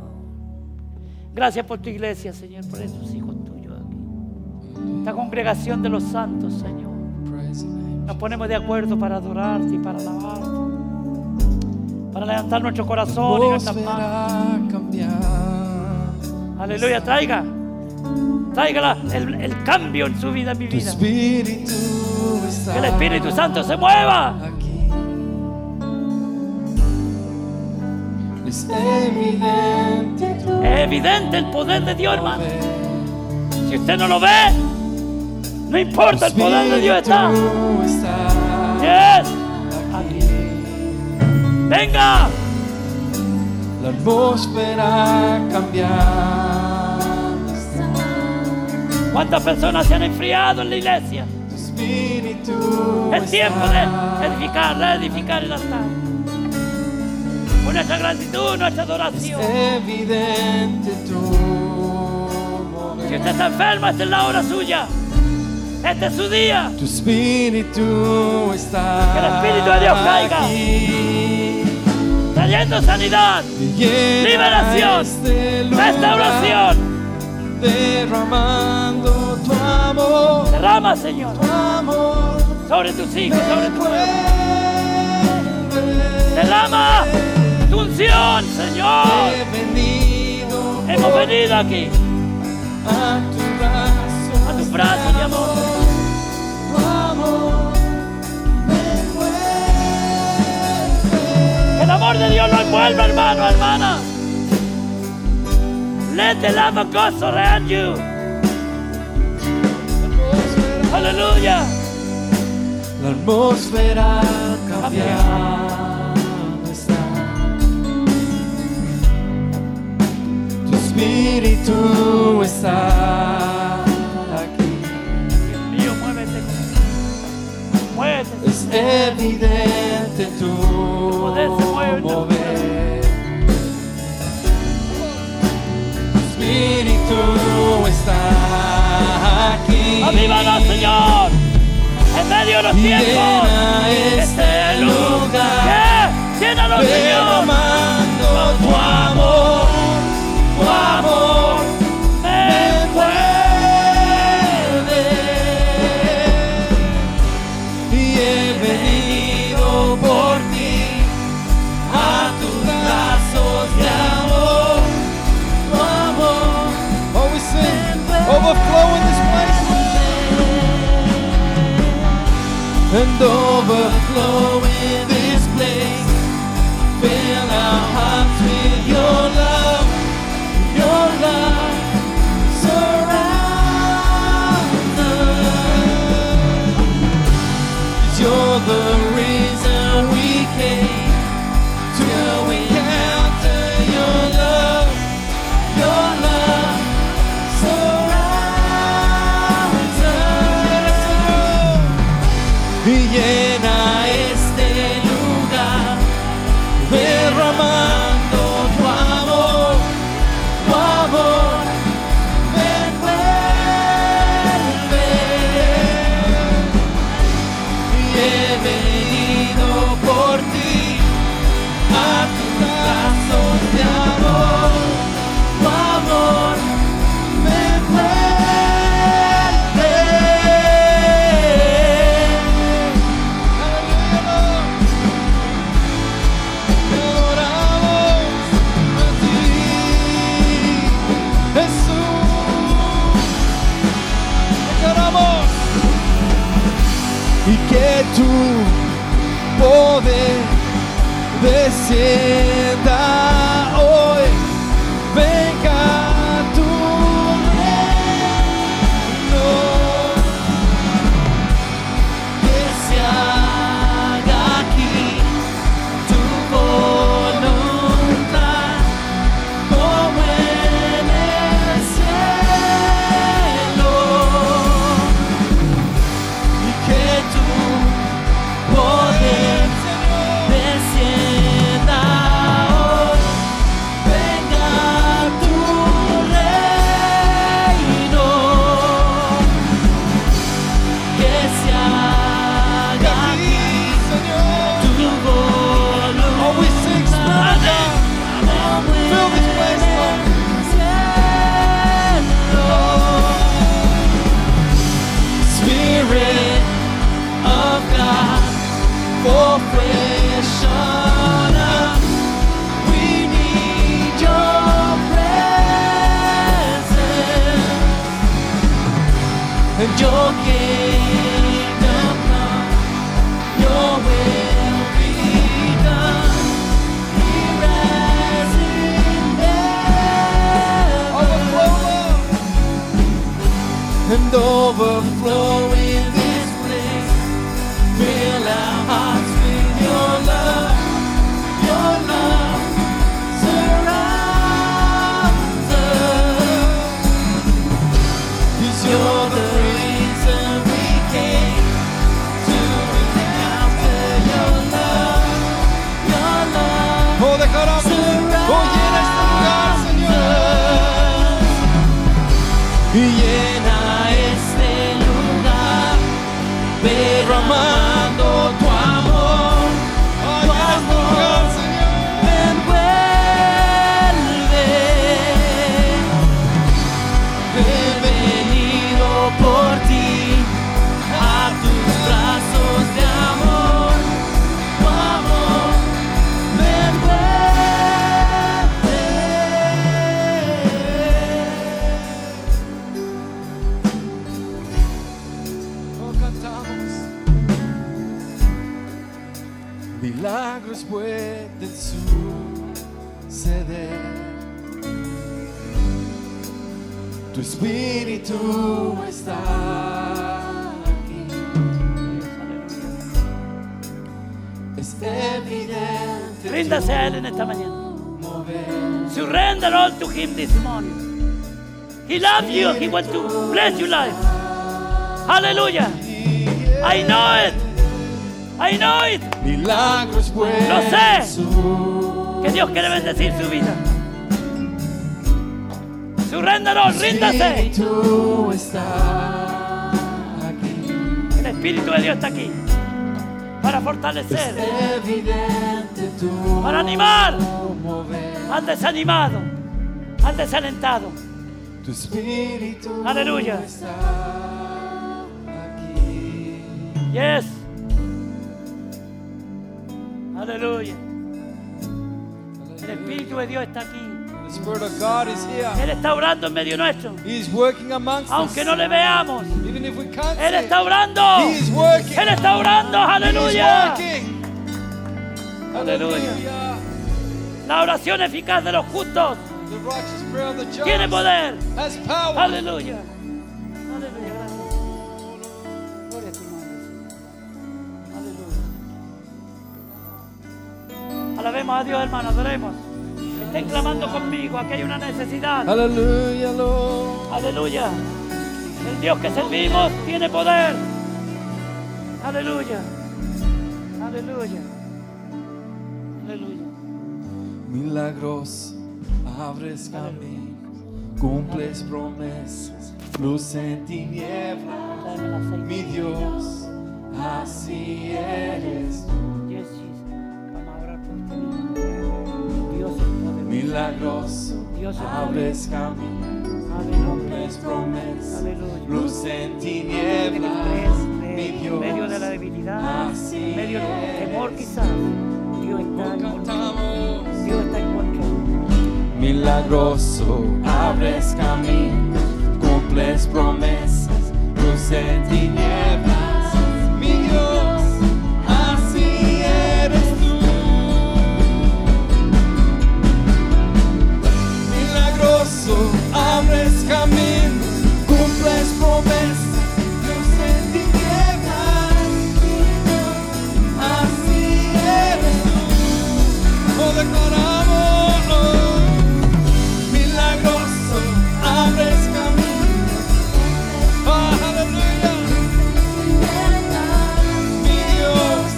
Gracias por tu iglesia, Señor, por esos hijos tuyos aquí. Esta congregación de los santos, Señor. Praise the name. Nos ponemos de acuerdo para adorarte y para alabarte. Para levantar nuestro corazón y nuestras manos. Atmósfera cambiar. Aleluya, traiga. Traiga la- el, el cambio en su vida, en mi Tu vida. espíritu Que está el Espíritu Santo se mueva. aquí. Es evidente tu Es evidente el poder de Dios, hermano. poder. Si usted no lo ve, no Tu importa, el poder de Dios está. espíritu está Yes. aquí. Venga. La atmósfera cambiar. ¿Cuántas personas se han enfriado en la iglesia? Tu espíritu Es tiempo de está edificar, reedificar el altar. Con nuestra gratitud, nuestra adoración. evidente tu Si mover. usted está enfermo, esta es la hora suya. Este es su día. Tu espíritu está Que el Espíritu de Dios caiga. aquí. Trae trayendo sanidad, que llena Liberación, este lugar, restauración. derramando tu amor, Derrama, Señor, tu amor, sobre tus hijos, sobre tu pueblo. recuerde. Derrama tu unción, Señor. He venido Hemos venido aquí a tus brazos, a tus brazos, mi amor. tu amor, me vuelve. Que el amor de Dios lo envuelva, hermano, hermana. Let the love of God surround you. Aleluya. La atmósfera cambiada está. Tu espíritu está aquí. Dios mío, muévete. Muévete. Es evidente tu poder se mueve, tu mover. Tu espíritu está aquí. Avívanos, Señor. En medio de los Llena tiempos. este lugar. ¿Qué? Llénanos, Señor. Derramando tu amor, tu amor Ven, me vuelve. Y he venido por ti a tus brazos de amor, tu amor. Oh, we sing, overflow in this place. And overflow in this place. Fill our hearts with your love, your love surrounds us. 'Cause You're the reason we came to encounter your love, your love surrounds us. Y llena este lugar derramando tu amor, tu amor me envuelve. Y he venido por ti a tus brazos de amor, tu amor me envuelve. Aleluya. Te adoramos a ti, Jesús. Te adoramos y que tu poder descienda hoy. Venga tu reino que se haga aquí tu voluntad como en el cielo y que tu poder descienda hoy venga tu reino que se haga aquí, tu voluntad. Como en el cielo. Spirit of God, for fresh on us. we need your presence and your kingdom come, your will be done here as in heaven. and overflow in this place. Fill our hearts with your love, your love surrounds us. 'Cause you're the reason we came to encounter your love, your love. Oh, declaramos, oh, llena este lugar, Señor. Y llena este lugar, derramando tu amor, tu amor, Señor. Me milagros pueden suceder. Tu espíritu está aquí, es evidente Ríndase a Él en esta mañana. tu mover. Surrender all to Him this morning. He loves you. He wants to bless your life. Hallelujah. I know it. I know it. Milagros pueden Lo sé. suceder. Que Dios quiere bendecir su vida. Surrender all. Ríndase. Espíritu está aquí. El Espíritu de Dios está aquí. Para fortalecer, Evidente tu para animar mover. al desanimado, al desalentado. Tu espíritu Aleluya. está aquí. Yes. Aleluya. El Espíritu de Dios está aquí. The Spirit of God is here. Él está orando en medio nuestro. He is working amongst Aunque us. no le veamos, Even if we can't Él see está orando. He is working. Él está orando. He is Aleluya. working. Aleluya. Hallelujah. La oración eficaz de los justos The righteous prayer of the just tiene poder. has power. Aleluya. Aleluya. gracias. Gloria a tu nombre, Señor. Aleluya. Alabemos a Dios, hermano. Adoremos. Estén clamando conmigo. Aquí hay una necesidad. Hallelujah, Lord. Aleluya. El Dios que servimos tiene poder. Aleluya. Aleluya. Aleluya. Milagros, abres caminos, cumples promesas, luz en tiniebla, Tráeme el aceite. mi Dios, así eres. Yes, Jesus. Vamos a orar por ti. Dios es poderoso. Milagros, Dios es abres caminos, Aleluya. cumples promesas, Aleluya. luz en Tienes tiniebla, mi estrés, eh, en Dios, medio de la debilidad, así en medio del eres. temor quizás, Dios está en control. Cantamos. Dios está en control. Milagroso, abres caminos, cumples promesas, luz en tinieblas. Mi Dios, así eres tú. Milagroso, abres caminos, cumples promesas, luz en tinieblas. Mi Dios, así eres tú. Lo declaramos milagroso, abres camino. Ah, aleluya. Mi Dios,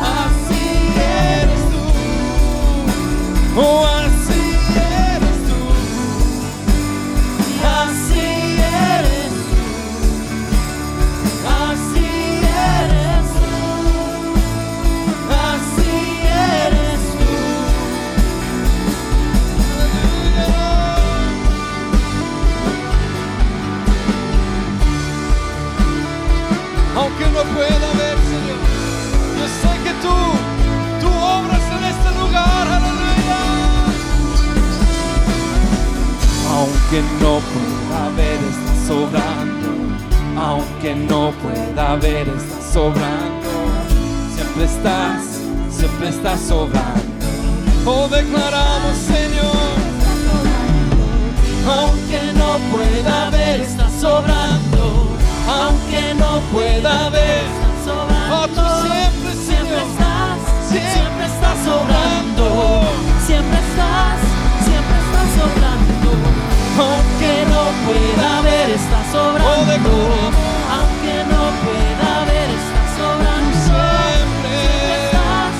así eres tú. Oh, así eres tú. Así eres tú. Así eres tú. Así eres tú. Aunque no pueda ver, Señor, yo sé que tú, tú obras en este lugar, aleluya. Aunque no pueda ver, está sobrando. Aunque no pueda ver, está sobrando. Siempre estás, siempre estás sobrando. Oh, declaramos, Señor. Aunque no pueda ver, está sobrando. Aunque no pueda ver, oh, tú siempre, Señor, siempre estás sobrando. Siempre estás, siempre estás sobrando. Aunque no pueda ver, estás Oh, sobrando. declaramos Aunque no pueda ver, estás sobrando. Siempre siempre. estás,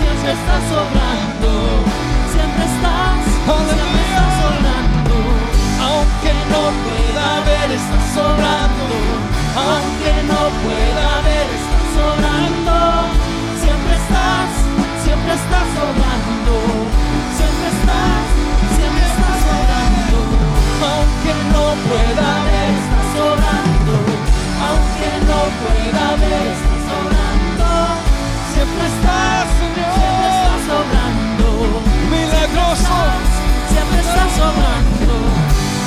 siempre estás sobrando. Siempre estás, siempre Aleluya. estás sobrando. Aunque no pueda ver, está sobrando. Aunque no pueda ver, estás sobrando. Siempre estás, siempre estás sobrando. Siempre estás, siempre estás sobrando. Aunque no pueda ver, Estás sobrando. Aunque no pueda ver, estás sobrando. siempre estás, Siempre estás Señor. sobrando. Milagroso. Siempre estás sobrando.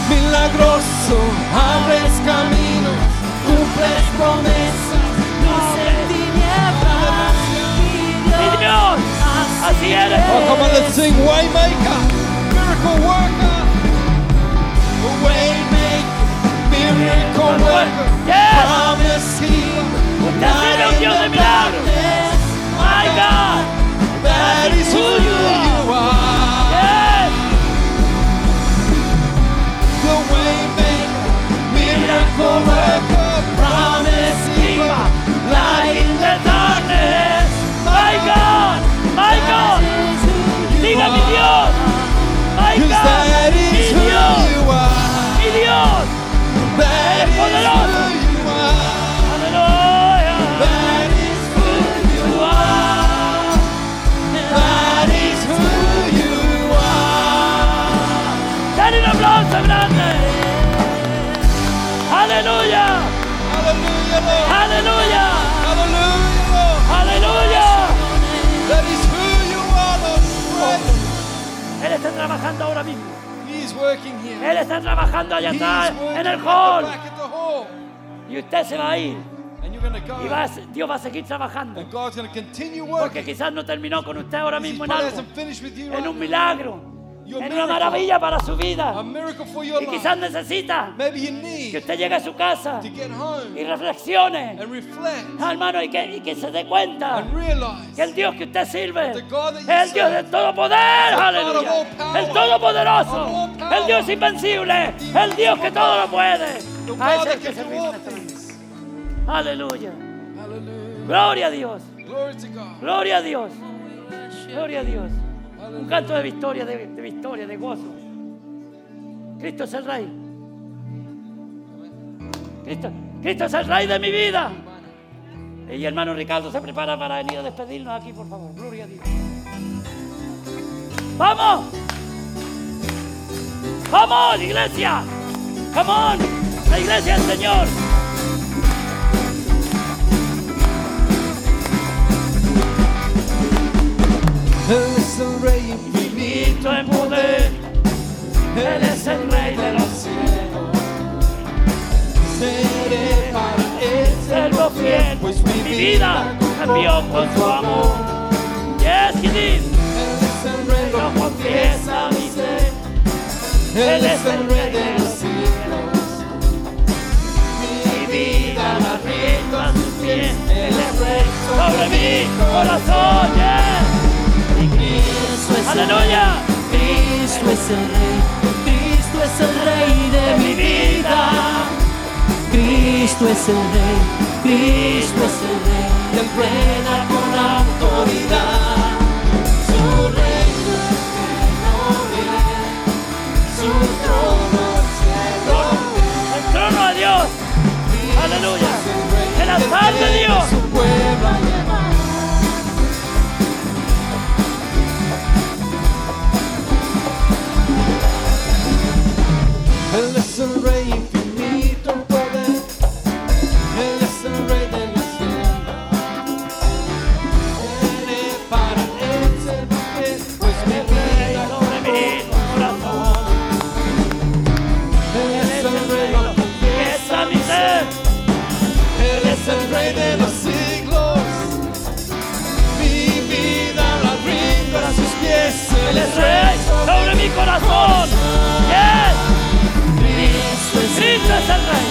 Milagroso, abres caminos, cumples promesas. Mis en tinieblas, mi ¡Mi Dios! Oh, Come on, let's sing Waymaker, Miracle Worker. Waymaker, Miracle Worker. Yes. Promise Keeper, Usted tiene un Dios de milagros. My God. that is who you are. Yes. The Waymaker, Miracle Worker. Promise Keeper, Light in the darkness. My God. My God. Diga mi Dios. My Cause God. that Mi is who Dios. you are. Mi Dios. That is who you are. Aleluya. That is who you are. That is who you are. Dale un aplauso grande. Aleluya. Hallelujah, Lord. Aleluya. Hallelujah, Lord. Aleluya. That is who you are, Lord. Él está trabajando ahora mismo. Praise. He is working here. Él está trabajando allá He is atrás, working en at el the hall. back at the hall. Y usted se va a ir. And you're going to Y va go. a se- Dios va a seguir trabajando. And God's going to continue Porque working. quizás no terminó con usted ahora He mismo en probably algo. hasn't finished with you En un right milagro. Your En una miracle. maravilla para su now. A vida. miracle for your Y life. quizás necesita Maybe you que need usted llegue a su casa to get home y reflexione. and reflect Ah, hermano, y que, y que se dé cuenta and realize que el Dios que usted sirve The God that es you el Dios serve del todo poder, God of aleluya, all power, el todopoderoso, of all power, el Dios invencible, the el Dios que todo lo puede. the A ese God that es el que can do servimos all nosotros. things. Aleluya. Hallelujah. Gloria a Dios. Glory to God. Gloria a Dios. Gloria a Dios. Un canto de victoria, de, de victoria, de gozo. Cristo es el Rey. Cristo, Cristo es el Rey de mi vida. Y hermano Ricardo se prepara para venir a despedirnos aquí, por favor. Gloria a Dios. ¡Vamos! ¡Vamos, iglesia! ¡Come on! ¡La iglesia del Señor! Él es el Rey infinito, Cristo en poder, Él es el Rey de los cielos. seré para Él servo fiel, pues mi mi vida cambió con su amor. Yes, it is. Él es el Rey, Lo confiesa mi ser. Él es el Rey de los cielos. Mi vida la rindo a sus pies, Él es Rey Sobre mi corazón, yes. Aleluya. Cristo es el Rey, Cristo es el Rey de mi vida. Cristo es el Rey, Cristo es el Rey, que reina con autoridad. Su reino es eterno, bien, su trono es el cielo. El trono de Dios. Aleluya. El altar de Dios. su pueblo a llevar. Él es el rey infinito en poder, Él es el rey de la Seré para Él serviré, pues mi vida Sobre mi corazón. Él es el rey, lo Confiesa mi ser. Él es el rey de los siglos. Mi vida la rindo a sus pies. Él es Rey rey. sobre mi corazón. Yes. Cristo es el Rey.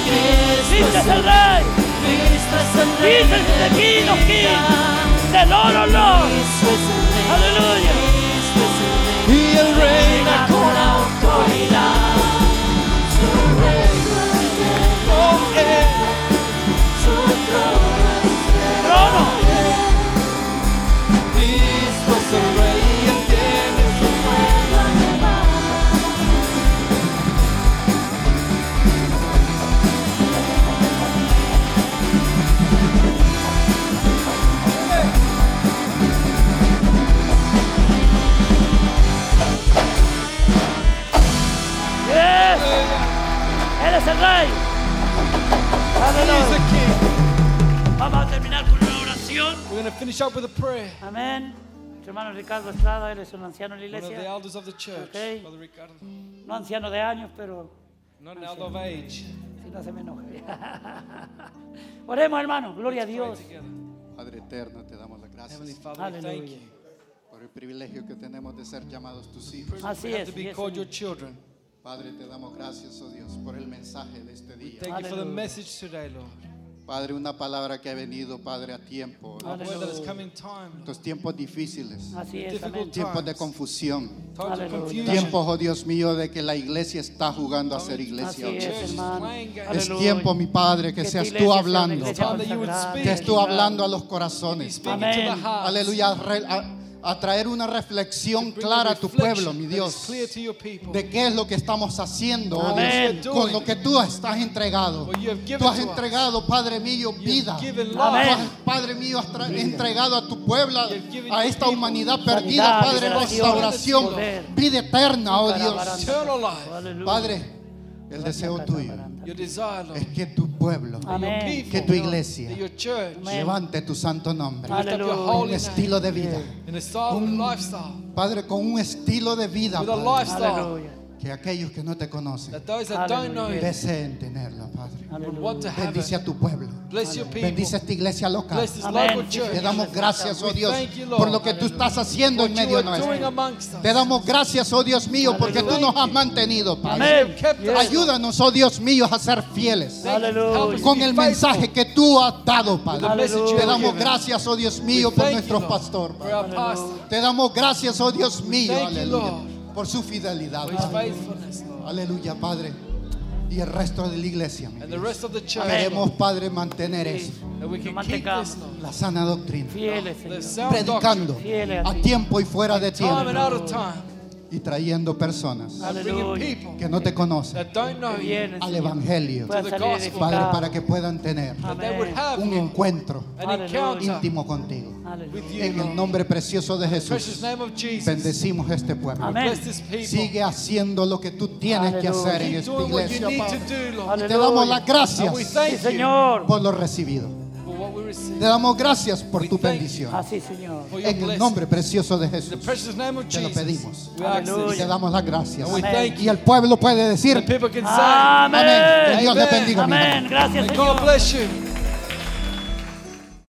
Cristo es el Rey. Cristo es el Rey Dice el de King of mi Kings, del oro vida. no. Cristo es el Rey, Aleluya. Cristo es el Rey, Y el reina reina con autoridad. Su reino es eterno, con él. su trono Trono, Cristo es el rey y él tiene su es la llamada. yes. Él es el Rey. He is Aleluya. the king. Vamos a terminar con una oración. We're going to finish up with a prayer. Amén. Nuestro hermano Ricardo Estrada, él es un anciano en la One of the iglesia. elders of the church, Okay. Brother Ricardo. No anciano de años, pero Not an elder of age. si no se me enoje. Oremos, hermano. Gloria a Pray Dios. together. Padre eterno, te damos las Heavenly gracias Father, we thank Hallelujah. you por por el privilegio que tenemos de ser llamados tus hijos. Así We have es. to be yes, called your Señor. children. Padre, te damos gracias, oh Dios, por el mensaje de este día. Thank you for the Hallelujah. message today, Lord. Padre, una palabra que ha venido, Padre, a tiempo. A en word that has come in time, Lord. Estos tiempos difíciles, Así es. Amén. Difficult tiempos de times. confusión, Times of Hallelujah. confusion. tiempos, oh Dios mío, de que la iglesia está jugando a ser Así iglesia. oh es, Dios. Church is hermano. playing games. Es Aleluya. tiempo, mi Padre, que tu seas iglesia sea tú una hablando, iglesia Father, you would consagrada. speak. que es tú hablando a los corazones. Speaking Amén. to the hearts. Aleluya, re- a, a traer una reflexión Bring a clara a tu reflection pueblo, mi that is Dios, clear to your people. de qué es lo que estamos haciendo, oh Amén. Dios, con lo que tú estás entregado. What you have given Tú has to us. entregado, Padre mío, You've vida. given Tú life. has, Padre mío, has tra- entregado a tu pueblo, You've given a your esta people humanidad sanidad, perdida, Padre, liberación, restauración, poder. vida eterna, oh Dios. Eternal life. Aleluya. Padre, el deseo tuyo Your desire, Lord. es que tu pueblo, Your Amén. people, que tu iglesia that your church, Amén. levante tu santo nombre, lift up your Aleluya. un holy name, estilo de vida. in a style and lifestyle, Padre, con un estilo de vida, with a Padre, lifestyle Aleluya. que aquellos que no te conocen that those that don't know you deseen tenerlo, Padre. would Aleluya. want to have Bendice it. a tu pueblo, Bless your bendice people. a esta iglesia local. Bless this Amén. local Te church. damos gracias, oh We Dios, thank you, Lord. por lo que tú estás haciendo en What you medio are doing nuestro. amongst us. Te damos gracias, oh Dios mío, porque tú nos has mantenido, Padre. Amén. You've kept us. Ayúdanos, oh Dios mío, a ser fieles Thank you. Help us Aleluya. con be el faithful mensaje que tú has dado, with the Padre. message you Te have damos given. gracias, oh Dios We mío, por thank you, nuestro Lord, pastor. for our Padre. pastor, Te damos gracias, oh Dios mío, thank you, aleluya, Lord. por su fidelidad. for his Padre. faithfulness, Lord. Aleluya, Padre. Y el resto de la iglesia. mi And the Dios. rest of the church, Queremos, Lord, Padre, mantener eso, that we can Nos keep mantengamos. this, Lord. la sana doctrina, Fieles, Señor. The sound doctrine, predicando Fieles a a ti. tiempo y fuera de time and tiempo out of time, y trayendo personas bringing Aleluya. people que no te conocen that don't know you, Fieles, al Señor. Evangelio, Puedan the salir gospel. Padre, edificados. para que puedan tener that they would Amén. have un you, encuentro an encounter íntimo contigo. Aleluya. with you, En el Lord. nombre precioso de Precious Jesús, name of Jesus. bendecimos este pueblo. Amén. Bless this people. Sigue haciendo lo que tú tienes que Aleluya. hacer en Keep esta doing what you iglesia. need to Padre. do, Lord. Aleluya. Te damos las And we gracias Sí, thank you Señor. por lo recibido. for what we Te receive, damos gracias por We tu thank you. bendición. Así, Señor. for your En el blessing. nombre precioso de In the Jesús. precious name of Te lo Jesus, pedimos. we ask Aleluya. this. Te damos las gracias. And we Amén. thank Y you. el pueblo puede The decir, people can say, Amén. Amén. Que Dios les Amen. bendiga. mi hermano. Amén. Gracias, God Señor. bless you.